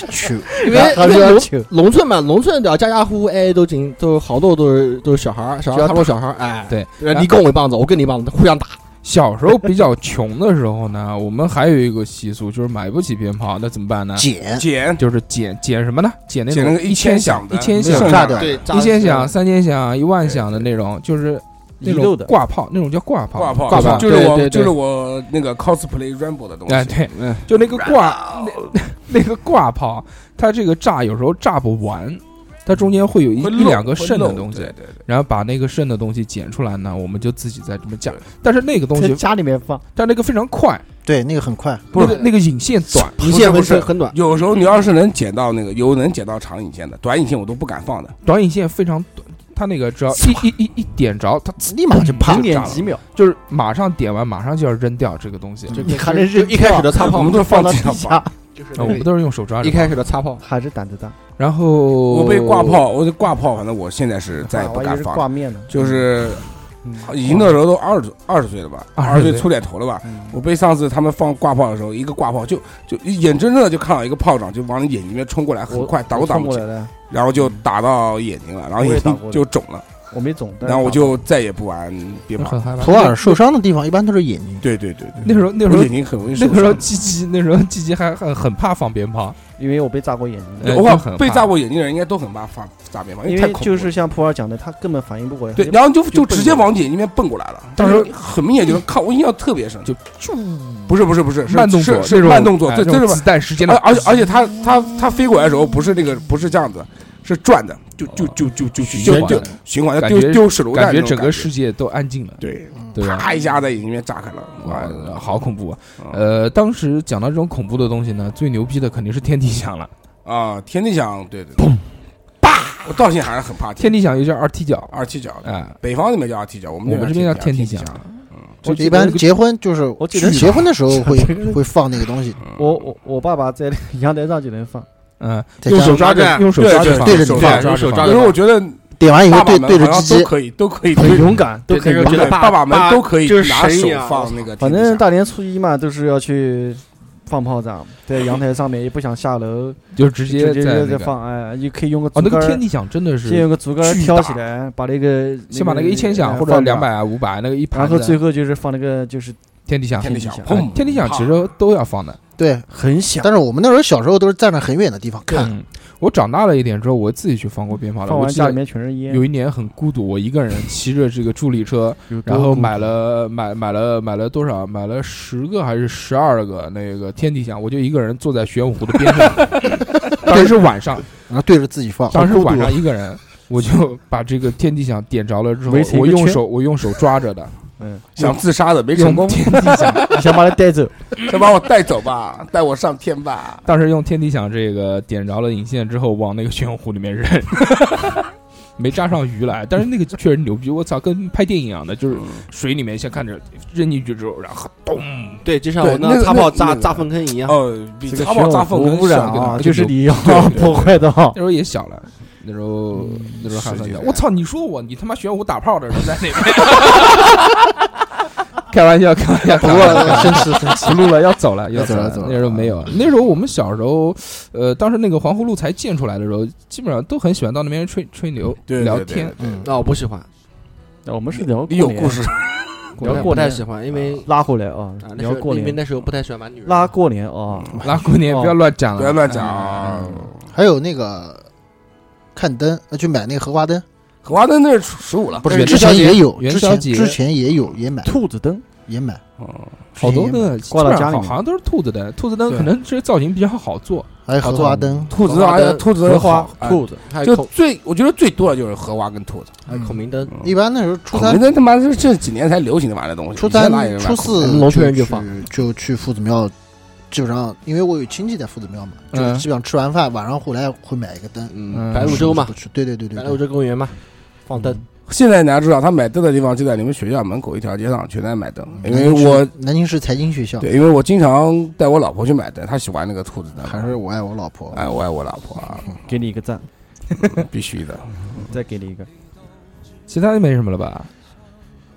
去，
因为
他
因
说
为
要
农
球，
农村嘛，农村只要家家户户哎都进，都好多都是都是小孩儿，小孩儿他说小孩儿，哎，
对
然后你跟我一棒子，我跟你一棒子，互相打，
小时候比较穷的时候呢，我们还有一个习俗就是买不起鞭炮，那怎么办呢？
捡
捡
就是捡捡什么呢？捡那
捡那
种
个一千响的，
一千
没
响
有
炸
炸
掉
对，
一千响、三千响、一万响的那种，就是那
遗漏
种
的
挂炮，那种叫挂炮，
挂炮，
挂
是吧
炮，
就是
对对
我
对
就是我那个 cosplay Rambo 的东
哎，
西。
对，就那个挂 那那个挂炮，它这个炸有时候炸不完，它中间会有一
会
一
漏
两个
会
剩的
漏
东西
对，对对，
然后把那个剩的东西捡出来呢，我们就自己再这么架。但是那个东
在
西，
家里面放，
但那个非常快，
对那个很快，
不
那
是
个那个引线短，
引线
不
很
是
很很短，
有时候你要是能捡到那个，有能捡到长引线的，短引线我都不敢放的。
短引线非常短，它那个只要一一一一点着，它
立马就啪
零点
炸了
几秒，
就是马上点完，马上就要扔掉这个东西。
你还
就
能
就一开始的擦
啊我
炮
们，都是
放
放
到
地
地
上放。
下，
就是
啊我们都是用手抓着
一，开始的擦炮，
还是胆子大，
然后
我被挂炮，我就挂炮，反正我现在是再也
啊
不
我以为
敢
是
放
挂
了。
面呢，
就是
嗯
已经那时候都二十二十岁了吧，
20
二十岁出点头了吧。我被上次他们放挂炮的时候，一个挂炮就就眼睁睁的就看到一个炮仗就往你眼睛里面冲过来，很快打
我
都打
冲
不
过
起
来，了，
然后就打到眼睛了，然后
我也
眼
打过
睛就肿了，
我没肿，但是
然后我
打
就再也不玩鞭炮
很。害怕。
左耳受伤的地方一般都是眼睛。
对对对对，
那时候那时
我
候
眼睛很容易受
那个时候
伤。
鸡鸡，那时候鸡鸡还很很怕放鞭炮，
因为我被炸过眼睛的。
呃
我
就
靠
很
被
怕
炸过眼睛的人应该都很怕发炸鞭炮，
因
太
为
恐怖
就
了。
是像普洱讲的，他根本反应不过来。
对，
他就
然后就就
就奔
直接
过来
往眼睛那边奔过来了，
当
当
时
时很明显就是看我印象特别深，就不是不是不是是
慢动
是
作，
是
那种
慢动作，
哎
这
那
真
种
是慢
子弹时间
而
的，
而且而且它它它飞过来的时候不是那个不是这样子，是转的，就
哦
就就就就
循
就
环
就循环的
感
丢
觉
丢手榴弹
感
那
觉
种
整个
感
世界都安静了，
对，
对吧？
啪一下在眼睛里面炸开了，
哇，
哇，
好恐怖啊！
呃
呃，当时讲到这种恐怖的东西呢，最牛逼的肯定是天地响了。
啊，天地响，对对，对，啪，我到现在还是很怕
天
地
地响又叫二踢脚，
二踢脚，
啊，
北方那边叫二踢脚，我们
我们这边叫
天嗯
天地
响
响，
就
记得
一般结婚就是
我记得
去结婚的时候会
这个
会放那个东西，
我我我爸爸在 阳台上就 能放，
嗯，
在
用
家
手抓着，用手抓着放，
对着
手
你
抓
放
着手
有
抓
时
着
候
放。
我觉得
点完以
爸
后对
爸们
对着
好像
鸡
都
鸡，
可以，都可以
很
对
勇敢，都
对
可以
那
玩
个。对爸爸们都可以
就是神
拿手
一样
放那个
反
天地
正
下
大年初一嘛，都是要去放炮仗，在阳台上面也不想下楼，
就直
直
接
接
在那
就
个
在放，哎，也可以用个
哦，
竹
那
竿
个天
儿，
地响真的
先
是
用个竹竿儿
巨
挑
大
起来，把那个
先把那个一千响或者两，百、五百那个一
哎放
盘
出来然后最
子，
后就是放那个就是
天地响，哎
天地
地
下，
下
砰！
天地响其实都要放的。
对。
很响，
但是我们那时候小时候都是站在很远的地方看，
嗯，我长大了一点之后，我自己去放过鞭炮了。
放
我
完
记
家
得
里面全是烟
有，一年很孤独，我一个人骑着这个助力车，
有多
然后
古
买了买买了买了多少？买了十个还是十二个那个天地响？我就一个人坐在玄武湖的边上， 当时是晚上，
然后对着自己放，
当时晚
啊
上一个人，我就把这个天地响点着了之后
围成，一
我
个
用
圈
手我用手抓着的，
想自杀的
哎
没成
用
功，
天地响，
想把它带走，
先把我带走吧，带我上天吧。
当时用天地响这个点着了引线之后，往那个玄武湖里面扔。 没扎上鱼来，但是那个确实牛逼，我操，跟拍电影一样的，
嗯
就是水里面先看着扔进去之后，然后咚，
对，就像
对
我
那
那
个
擦炮
那
炸
那个
炸粪坑一样。
哦，比
这个
擦炮炸粪
污染啊，
哎
就是你要破坏的哈
那。时候也小了，那时候那时候还
嗯十
很
几
小。
岁
我操！你说我，你他妈玄武打炮的人在那边？开玩笑，开玩笑，开玩笑，
真是真是
不录了，要走了，要
要走了走了
那时候没有，那时候我们小时候，呃，当时那个环湖路才建出来的时候，基本上都很喜欢到那边吹吹牛、
对对
聊
对
天。
嗯，
啊那我不喜欢，
我们是聊
你有故，事，
聊
我
过
不太
年
喜欢，因为
拉回来啊
啊，，那时
聊
候
过
因为
年，
那时候不太喜欢把女人
拉过年啊，
拉过年
哦
不要乱讲了，哎
不要乱
嗯
讲啊。
还有那个看灯，呃去买那个荷花灯，
荷花灯那是十五了，
不
元
是
宵
之前
节
也有，
元
之
宵
前
节
之前也有也买
兔子灯，
也买，
嗯
好多
之前也买，
的，
挂到家里面
好像都是兔子灯，兔子灯
对
可能这造型比较好做，
还有荷花灯，
兔子
荷花
啊，
灯
兔子
荷
好
花
哎
兔子，
还有
就
孔
最我觉得最多的就是荷花跟兔子。
还有孔明灯，
一般那时候初
孔
三
明灯他妈是这几年才流行的玩的东西，
初
以前哪
三、
有人
初
玩
四
我们农村人
就
就放
去就去夫子庙，基本上因为我有亲戚在夫子庙嘛，就
嗯
是基本上吃完饭晚上回来会买一个灯，
嗯，白鹭洲嘛
不，去对对对对
白鹭
对，
洲公园嘛，放灯，
现在你要知道，他买灯的地方就在你们学校门口一条街上，全在买灯。因为
南京市
我
南京市财经学校，
对，因为我经常带我老婆去买灯，她喜欢那个兔子灯。
还是我爱我老婆，
哎，我爱我老婆啊，
给你一个赞，
必须的。
再给你一个。
其他的没什么了吧？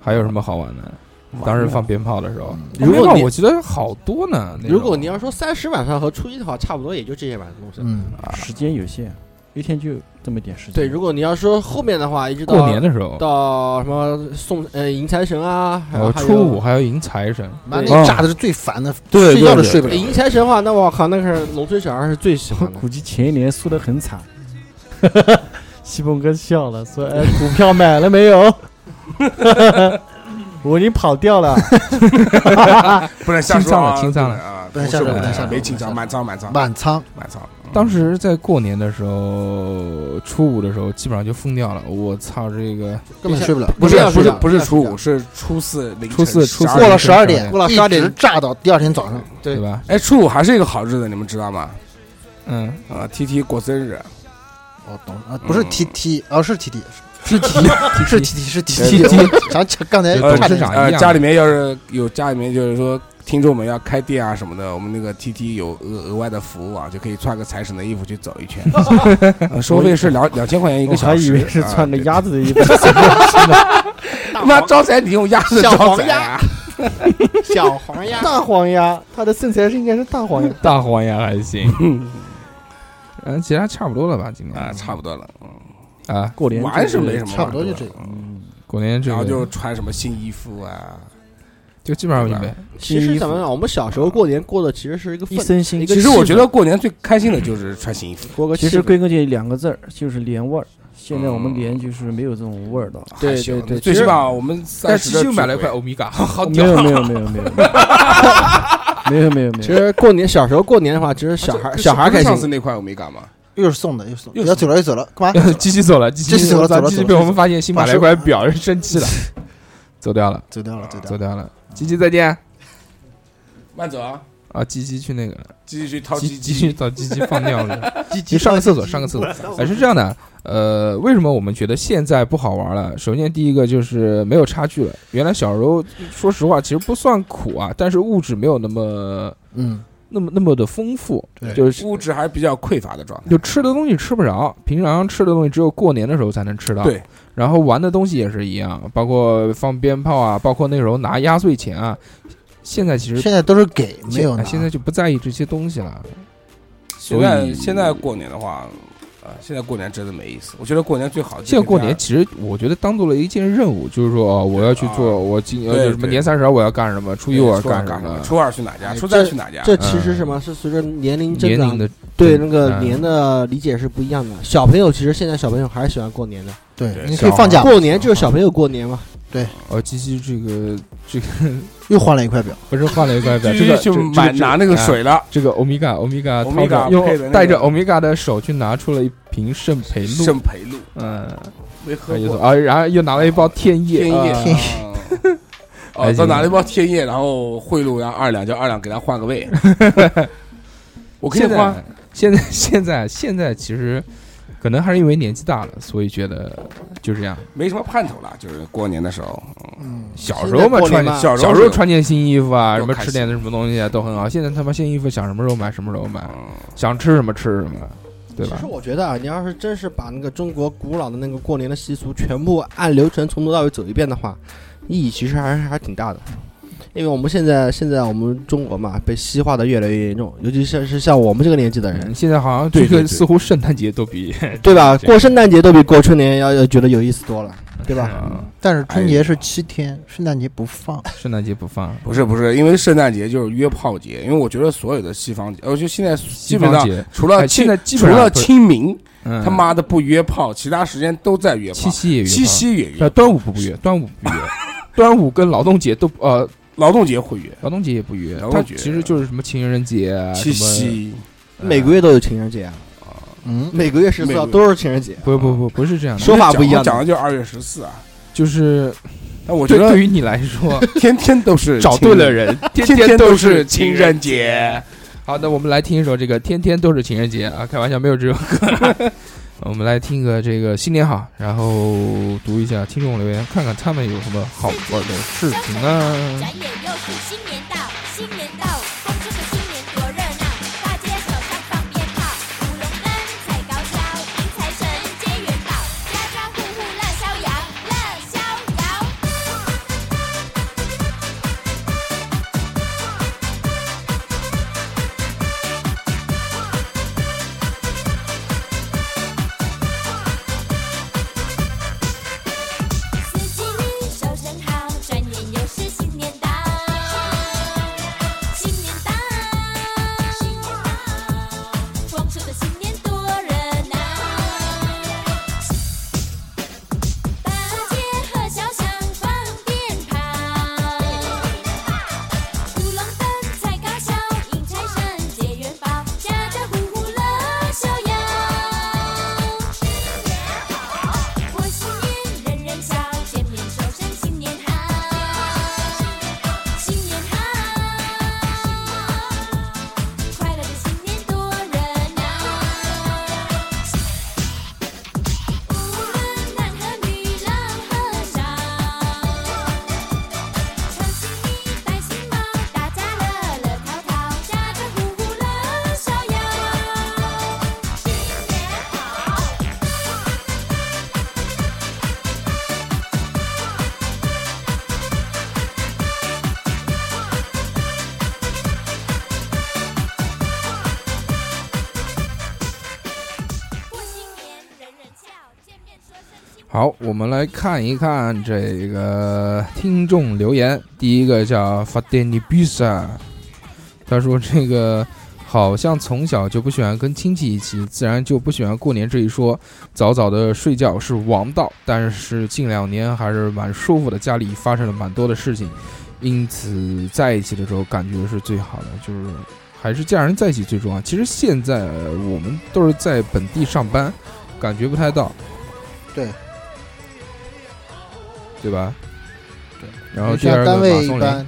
还有什么好玩的？当时放鞭炮的时候，
嗯
哎
如
放
果
鞭炮
你
我记得好多呢。那种
如果你要说三十晚上和初一的话，差不多也就这些晚上东西。
嗯，
时间有限，一天就这么点时间。
对，如果你要说后面的话，一直到
过年的时候，
到什么送呃迎财神啊，还有
哦，初五，还要迎财神，
妈
对
那炸的是最烦的，
对
睡觉都
对对
睡不
还有
了
哎。迎财神的话，那我靠，那个是农村小孩是最喜欢的
估。计前一年输得很惨。西蒙哥笑了，说：“哎，股票买了没有？我已经跑掉了。
不能瞎
清
说
仓了
啊，
清仓了
啊，
不能瞎说
是
不能瞎说
没清仓，
不能瞎说
满仓，满仓，
满仓，
满仓。嗯
当时在过年的时候，初五的时候基本上就疯掉了。我操，这个
根本睡不了。
不是
不要
不
睡
是
觉
不是初
不
五，是初四凌晨
初四初
12
四
过
凌
了
晨
十二点，
过了12点
一直炸到第二天早上。
对
对吧？
哎，初五还是一个好日子，你们知道吗？
嗯，
啊，T T 过生日，
哦，懂啊，不是
嗯
T T，哦是 T T，
是提
是 T T，是 T
对
T。想起刚才
呃
呃，
董
差
事
点
长一
呃，
样
家里面要是有家里面就是说听众们要开店啊什么的，我们那个 T T 有额额外的服务啊，就可以穿个财神的衣服去走一圈，呃收费是两两千块钱”一
我
个
还
小
以
时，
为是
啊
穿个
对
鸭子的 衣服，
他妈招财，你用鸭子
小
招
黄
财
鸭
啊？
小黄鸭，
大黄鸭，它的身材是应该是大黄鸭。
大黄鸭还 行。嗯，其他差不多了吧？今天
啊，差不多了，
啊，
过年
玩是没什么玩的，
么，
差不多就这个
嗯
过年这
然后
个
就穿什么新衣服啊，
就基本上明白。
其实怎么讲，我们小时候过年过的其实是一个氛
一身腥
一。个
其实我觉
气
得过年最开心的就是穿新衣服，
氛过个
其
气
实
氛
归根结底两个字儿，就是年味儿。现在我
哦
们
嗯
年就是没有这种味儿的了。
对
还行
对对
最
其
起
实
码我们三
但
十
是
的
又买了一
聚
块
会
欧米伽，好
没
屌
有
啊！
没有没有没有 没有没有没
其
有，
实过年小时候过年的话，其实小孩
啊这
小孩
这不
开
是上次
心。
那块我没干嘛，
又是送的，又是送的，
又是
要走了，又走了，干嘛？
机器 走了，机
机
器
器走了走了
机器
走了
被我们发现新买了一
走啊
块表，人生气了，走掉了，
走掉了，走掉
走
了。
掉了。机器再见
慢走啊，
啊！机器去那个了，
继续去掏
机
鸡
机
鸡
器。找机器放尿了，你上个厕所，上个厕所。哎，是这样的，呃，为什么我们觉得现在不好玩了？首先，第一个就是没有差距了。原来小时候，说实话，其实不算苦啊，但是物质没有那么
嗯，
那么那么的丰富，
对
就是
物质还比较匮乏的状态。
就吃的东西吃不着，平常吃的东西只有过年的时候才能吃到。
对，
然后玩的东西也是一样，包括放鞭炮啊，包括那时候拿压岁钱啊，现在其实
现在都是给没
现
有拿，
现在就不在意这些东西了。
现
所
在
以
现在过年的话，啊，现在过年真的没意思。我觉得过年最好就是
现在过年
这样
其实我觉得当做了一件任务，就是说哦，我要去
啊
做，我今呃
对
就什么
对
年三十儿我要干什么，初一我要
初二
干
哎干
什么，啊
初二去哪家，
哎
初三
这
去哪家。
这其实什么是随着年龄
嗯
增
年龄
长，
的
对那个
嗯
年的理解是不一样的。小朋友其实现在小朋友还是喜欢过年的，
对
对，
你可以
啊
放假，
过年就是小朋友过年嘛。
哦，鸡鸡这个这个
又换了一块表，
不是换了一 个表，
继
这
续
个
就
这
买拿那个，水了，
这个欧啊米伽欧米伽，
欧米伽
用
配的那个
带着欧米伽的手去拿出了一瓶圣培露，
圣培哎露
嗯，
没喝
很有意思
过。
啊，然后又拿了一包天叶，
天
啊
叶，
还
哦，
行
他拿了一包天叶，然后贿赂然后二两，叫二两给他换个 位。我给你
现
换
在，现在 现在现在其实可能还是因为年纪大了，所以觉得就这样。
没什么盼头了，就是过年的时候，嗯
嗯，
小时候嘛，
现在过
穿
年嘛
啊小
小时候
时候穿件新衣服啊，
多
什么
开
吃
心
点的什么东西啊，都很好。现在他妈新衣服想什么时候买什么时候买，
嗯，
想吃什么吃什么，对
其
吧
实？我觉得啊，你要是真是把那个中国古老的那个过年的习俗全部按流程从头到尾走一遍的话，意义其实还是还是挺大的。因为我们现在现在我们中国嘛被西化的越来越严重，尤其像是像我们这个年纪的人
嗯，现在好像
对
这
对
个
对
似乎圣诞节都比
对吧？
这个
过圣诞节都比过春联要要觉得有意思多了，对吧？
嗯
但是春节是七天，圣诞节不放，
圣诞节不放，
不是不是，因为圣诞节就是约炮节，因为我觉得所有的西方，呃我觉得现在基
西
本
方
上
节
除了
哎现
清
在基
除
本上
了
不是
清明，
嗯
他妈的不约炮，其他时间都在约
七
炮，
夕也约，
七，夕也约
呃，，端午不不约，端午不约， 端午跟劳动节都不呃
劳动节会约，
劳动节也不约，
劳
它
动节
其实就是什么情人节啊，
七
什么
夕
每个月都有情人节啊，
嗯，
每个月十四号
每个
都是情人节。
不不不不是这样的，
说法不一样
我讲的就是二月十四啊。
就是
但我觉
对
得
对于你来说
天天都是
找
情
对了
人，
人，天
天
天
都
是
情
情
人
人
节。
好的，我们来听一首这个《天天都是情人节》啊，开玩笑，没有这首歌。 我们来听个这个新年好，然后读一下听众留言，看看他们有什么好玩的事情呢？
转眼又是新年到，新年到，风中的新年多热闹，大街小巷放鞭炮，舞龙灯踩高跷，迎财神接元宝，家家户户乐逍遥，乐逍遥。四季里手声好，转眼又是新年到。新年到，新年到，丰收的新年多热闹。大街和小巷放鞭炮，舞龙灯踩高跷，迎财神接元宝，家家户户乐逍遥。过新年人人笑，见面说声新年好，新年好，快乐的新年多热闹。无论男和女，老和少，穿新衣戴新帽，大家乐乐淘淘，家家户户乐逍遥。新年好。过新年人人笑，见面说声新年。
好，我们来看一看这个听众留言。第一个叫 f a d e n i b i s a 他说这个好像从小就不喜欢跟亲戚一起，自然就不喜欢过年这一说。早早的睡觉是王道，但是近两年还是蛮舒服的，家里发生了蛮多的事情，因此在一起的时候感觉是最好的，就是还是家人在一起最重要。其实现在呃我们都是在本地上班，感觉不太到。对吧？
对。
然后第二
像
个
单
马
位一
松林，
般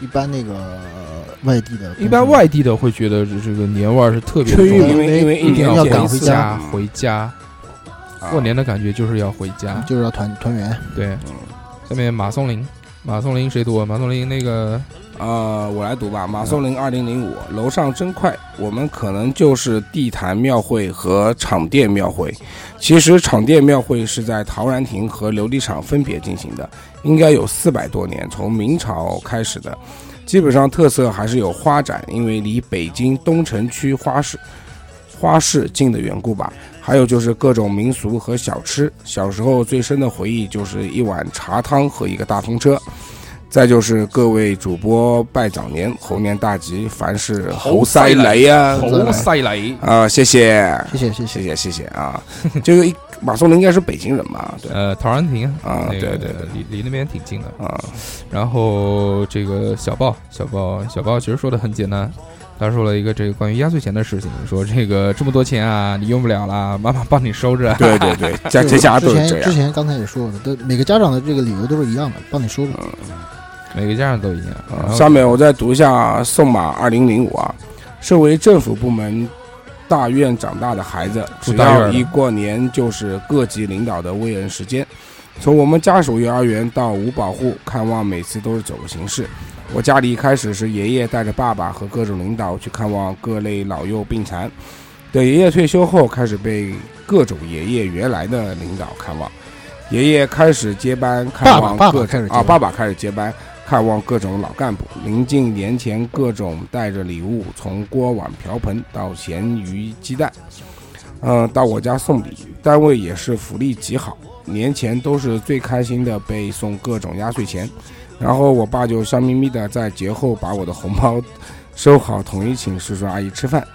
一般那个呃外地的，
一般外地的会觉得这这个年味儿是特别
春
重的，
运，因为因为
一
一
定
定
嗯
要
要赶
见一
回
次
家
嗯
回家。
啊
过年的感觉就是要回家。
就是要团团圆。
对，
嗯
下面马松林，马松林谁读啊？马松林那个
啊，我来读吧。马松林二零零五，楼上真快，我们可能就是地坛庙会和场店庙会。其实场店庙会是在陶然亭和琉璃厂分别进行的，应该有四百多年，从明朝开始的。基本上特色还是有花展，因为离北京东城区花市花市近的缘故吧。还有就是各种民俗和小吃。小时候最深的回忆就是一碗茶汤和一个大风车。再就是各位主播拜早年，猴年大吉，凡事猴塞雷呀、啊！
呃
猴塞雷，
啊，谢谢，
谢谢谢
谢
谢，
谢谢谢啊！ 这个一马松林应该是北京人吧？对
呃陶然亭
啊
那个
对对对
离离那边挺近的。
啊，
然后这个小豹，小豹，小豹其实说的很简单，他说了一个这个关于压岁钱的事情，说这个这么多钱啊，你用不了啦，妈妈帮你收着。
对对对， 家
之
家家都是
前
这样
之。前刚才也说了，都每个家长的这个理由都是一样的，帮你收着。
每个家长都一样。然后
啊下面我再读一下宋马二零零五啊，身为政府部门大院长大的孩子，
住
只
大院
要
的
一过年就是各级领导的慰问时间。从我们家属幼儿园到五保户看望，每次都是走个形式。我家里一开始是爷爷带着爸爸和各种领导去看望各类老幼病残，等爷爷退休后，开始被各种爷爷原来的领导看望。爷爷开始接班，看望
爸爸
各
开始接班
啊，爸爸开始接班，看望各种老干部。临近年前，各种带着礼物，从锅碗瓢盆到咸鱼鸡蛋，嗯、到我家送礼。单位也是福利极好，年前都是最开心的，被送各种压岁钱。然后我爸就笑眯眯的在节后把我的红包收好，统一请叔叔阿姨吃饭。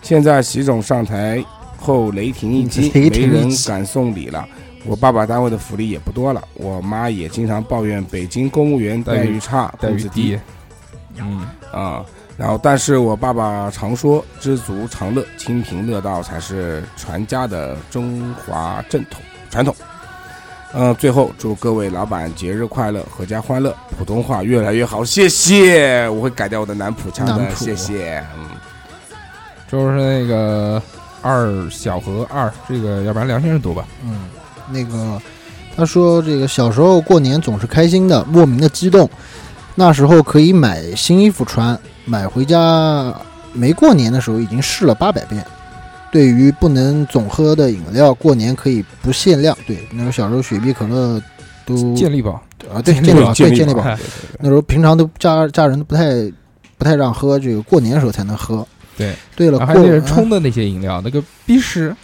现在习总上台后雷霆一
雷
击，
霆一
没
击
人敢送礼了。我爸爸单位的福利也不多了，我妈也经常抱怨北京公务员待遇差、
待
工
遇
资低
低，嗯，
啊、然后，但是我爸爸常说“知足常乐，清贫乐道”才是传家的中华正统传统。嗯，最后祝各位老板节日快乐，阖家欢乐，普通话越来越好，谢谢，我会改掉我的南普腔
南
的，
普
谢谢。嗯，
就是那个二小和二，这个要不然梁先生读吧。
嗯，那个他说这个小时候过年总是开心的，莫名的激动，那时候可以买新衣服穿，买回家没过年的时候已经试了八百遍。对于不能总喝的饮料，过年可以不限量。对，那时候小时候雪碧、可乐都
健力宝，
啊，对，
健
健
力
力
宝
宝，
健
对，
力
健力
宝
宝，
哎
那时候平常都家家人都不太不太让喝，这个过年的时候才能喝。
对，啊
对了，
然后还
过
有那是
嗯
冲的那些饮料，那个必士、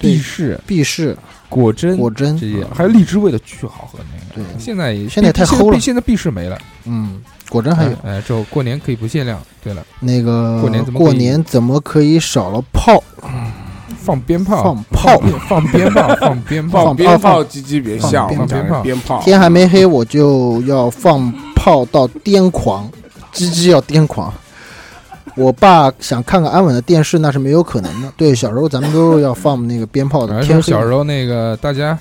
对
必士、
必士
果珍
果真嗯
这，些，还有荔枝味的巨好喝那个。
对
现在也
现在太
现
齁了
现在必士没了。
嗯，果真还有
哎，之后过年可以不限量。对了，
那个
过年怎么可以
过年怎么可以少了炮
放鞭炮，
放炮？
放鞭炮，放鞭炮，
放
放
鞭
鞭
炮，
炮
唧唧别
放
笑，
鞭
我们讲的
炮
是鞭炮。
天还没黑我就要放炮到癫狂，鸡鸡要癫狂。我爸想看个安稳的电视，那是没有可能的。对，小时候咱们都是要放那个鞭炮的。
而
天
且
黑
小时候那个大家，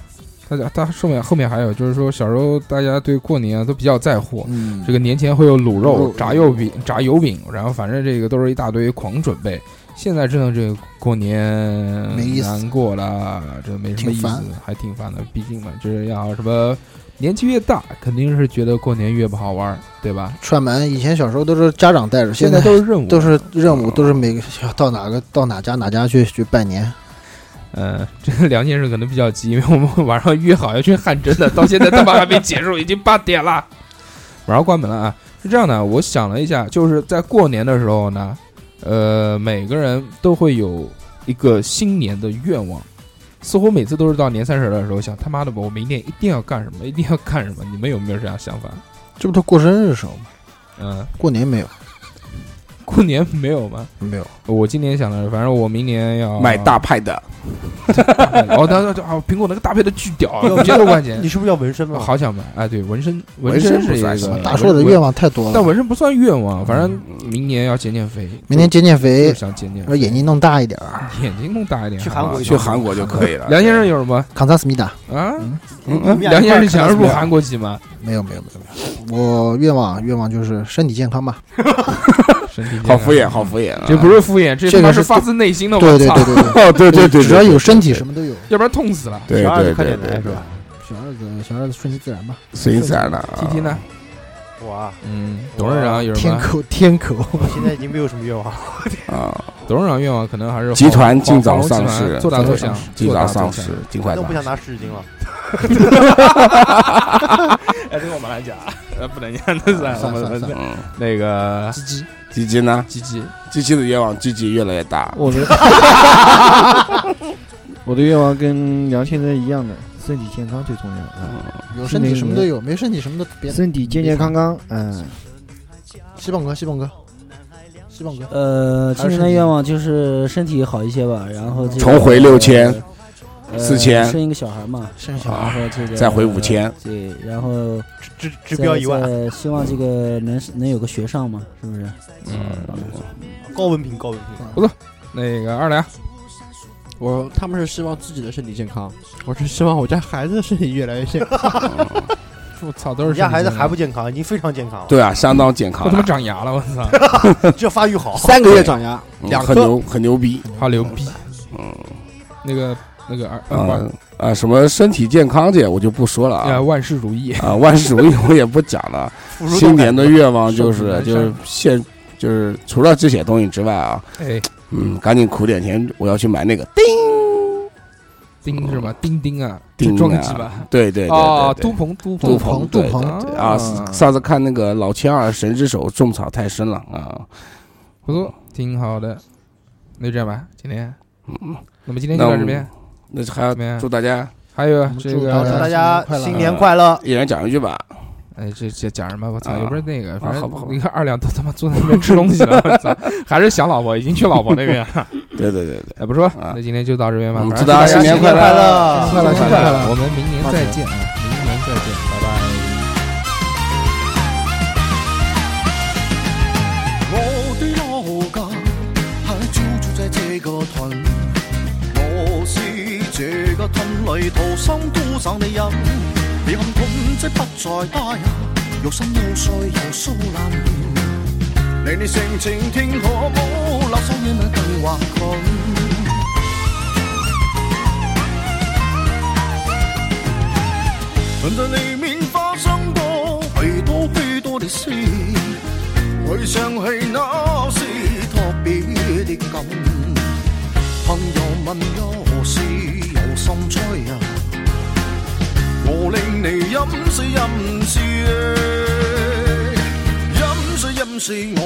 大家，大后面后面还有就是说，小时候大家对过年啊都比较在乎。
嗯，
这个年前会有卤
卤
肉
肉、
炸油饼、炸油饼，然后反正这个都是一大堆狂准备。现在真的这个过年
没意思
难过了，这没什么
挺
意思
烦，
还挺烦的。毕竟嘛，就是要什么年纪越大，肯定是觉得过年越不好玩儿，对吧？
串门，以前小时候都是家长带着，
现
现在
都是任务，
都是任务，都是每个要到哪个到哪家哪家去去拜年。
呃，这个梁先生可能比较急，因为我们晚上约好要去汗蒸的，到现在他妈还没结束，已经八点 了，马上关门了啊！是这样的，我想了一下，就是在过年的时候呢，呃，每个人都会有一个新年的愿望，似乎每次都是到年三十的时候想他妈的吧，我明年一定要干什么，一定要干什么。你们有没有这样想法？
这不他过生日的时候吗？
嗯、
过年没有，
过年没有吗？
没有。
我今年想的是，反正我明年要
买大派的，
大牌的，哦，当时啊，苹果那个大牌的巨屌，啊一千多块钱
你。是不是要纹身了？
好想买哎，对，纹身，
纹
身
身
是
不
一
算什
个
么
大硕的
纹
愿，望太多了，
但纹身不算愿望，反正明年要减减肥，
明天减减
就
肥
是，想减减
把
肥，
眼睛弄大一点儿。
眼睛弄大一点。
去
好吧
韩国
去韩国就可以了。
梁先生有什么
康萨思密达，
啊？
嗯，嗯
梁先生想入韩国籍吗？
没有没有没有没有，我愿望愿望就是身体健康吧，
身体健
好
康
敷衍，好敷衍啊！
这不是敷衍，这
这
他
个
妈
是
是发自内心的，
对对
我
对
操，
对对，
哦，对对对，
只要有身体，
么，
什么都有。
要不然冻死了。
对
小二
对
就快
对
点来
对
是
对，
吧？
小儿子，小儿子顺其自然吧。
随自然的啊。
T T 呢？
我啊，
嗯，董事长有什
天
么？
口天口，
我现在已经没有什么愿望了。
啊，
董事长愿望可能还是
集团
华
尽早
华虹集
上
团
市，
做大做强，
尽
做
早
大
上
做
市
强。，
尽快
都
上
不
市
想。拿湿纸巾了。
哎，这个我们来讲，呃，不能讲，那算 了，
算算
我
算
们
嗯，
那个
唧唧，
鸡鸡呢？
鸡鸡，
鸡鸡的愿望，鸡鸡越来越大。
嗯
我的 我的愿望跟杨先生一样的，身体健康最重要啊，
有身体什么都有，没身体什么都别。
身体健健康康，嗯。
西蹦哥，西蹦哥，西蹦哥，
呃，今年的愿望就是身体好一些吧，然后这个
重回6000
呃
4000
生一个小孩嘛，
生小
然
孩，
后这个
再回5000
对，然后
指指标一万，
再希望这个能能有个学上嘛，是不是？
嗯，
高文凭，高文凭。
那个二两，
我他们是希望自己的身体健康，我是希望我家孩子的身体越来越健康。
我操，都是
你家孩子
身体健康
还不健康，已经非常健康了，
对啊，相当健康
我他妈
了，
长牙了，我 操，
这发育好。
三个月长牙，
嗯
两
很
颗
牛，很牛逼。
好牛逼。
嗯
那个那个二
啊
呃
啊，什么身体健康这我就不说了
万呃
啊
万事如意，
啊，万事如意我也不讲了。
腐乳
新
动感
年的愿望
寿
就
比
是
南山
就是现就是除了这些东西之外啊，
哎，
嗯，赶紧苦点钱，我要去买那个
钉是吧？钉钉啊，
钉
是装机
啊
吧？，
对对对
哦，嗯
对对
杜鹏杜
鹏
杜鹏
杜
对
鹏
对对啊！上次看那个老千二神之手种草太深了啊，
不错，挺好的。那就这样吧，今天，
嗯，
那么今天就
那我
到这
们
边。
那还要
怎么样
祝大家
还有
我们
这
祝
个
祝大家
新
新
年
年
快
快乐！
一人讲一句吧，
哎，这这讲什么？我操，
啊
也不是那个，反
好吧好
正
吧
你看二两都他妈坐在那边吃东西了，我操，还是想老婆，已经去老婆那边了。
对对对对，
哎，不说
啊，
那今天就到这边吧
我。们
反
祝
正
大家新年快
快
乐。
乐
快乐，新年快乐。
我们明年再见啊，明年再见，拜拜。
我的老家还就住在这个屯，我是这个屯里土生土长的人。你看屯子不在大呀，又深又碎又苏林。你哋性情天可冇，留守你咪更滑困。屯在里面發生過許多許多的事，回想起那時特別的感。朋友問我是有心吹啊，我令你飲水飲水，飲水飲水我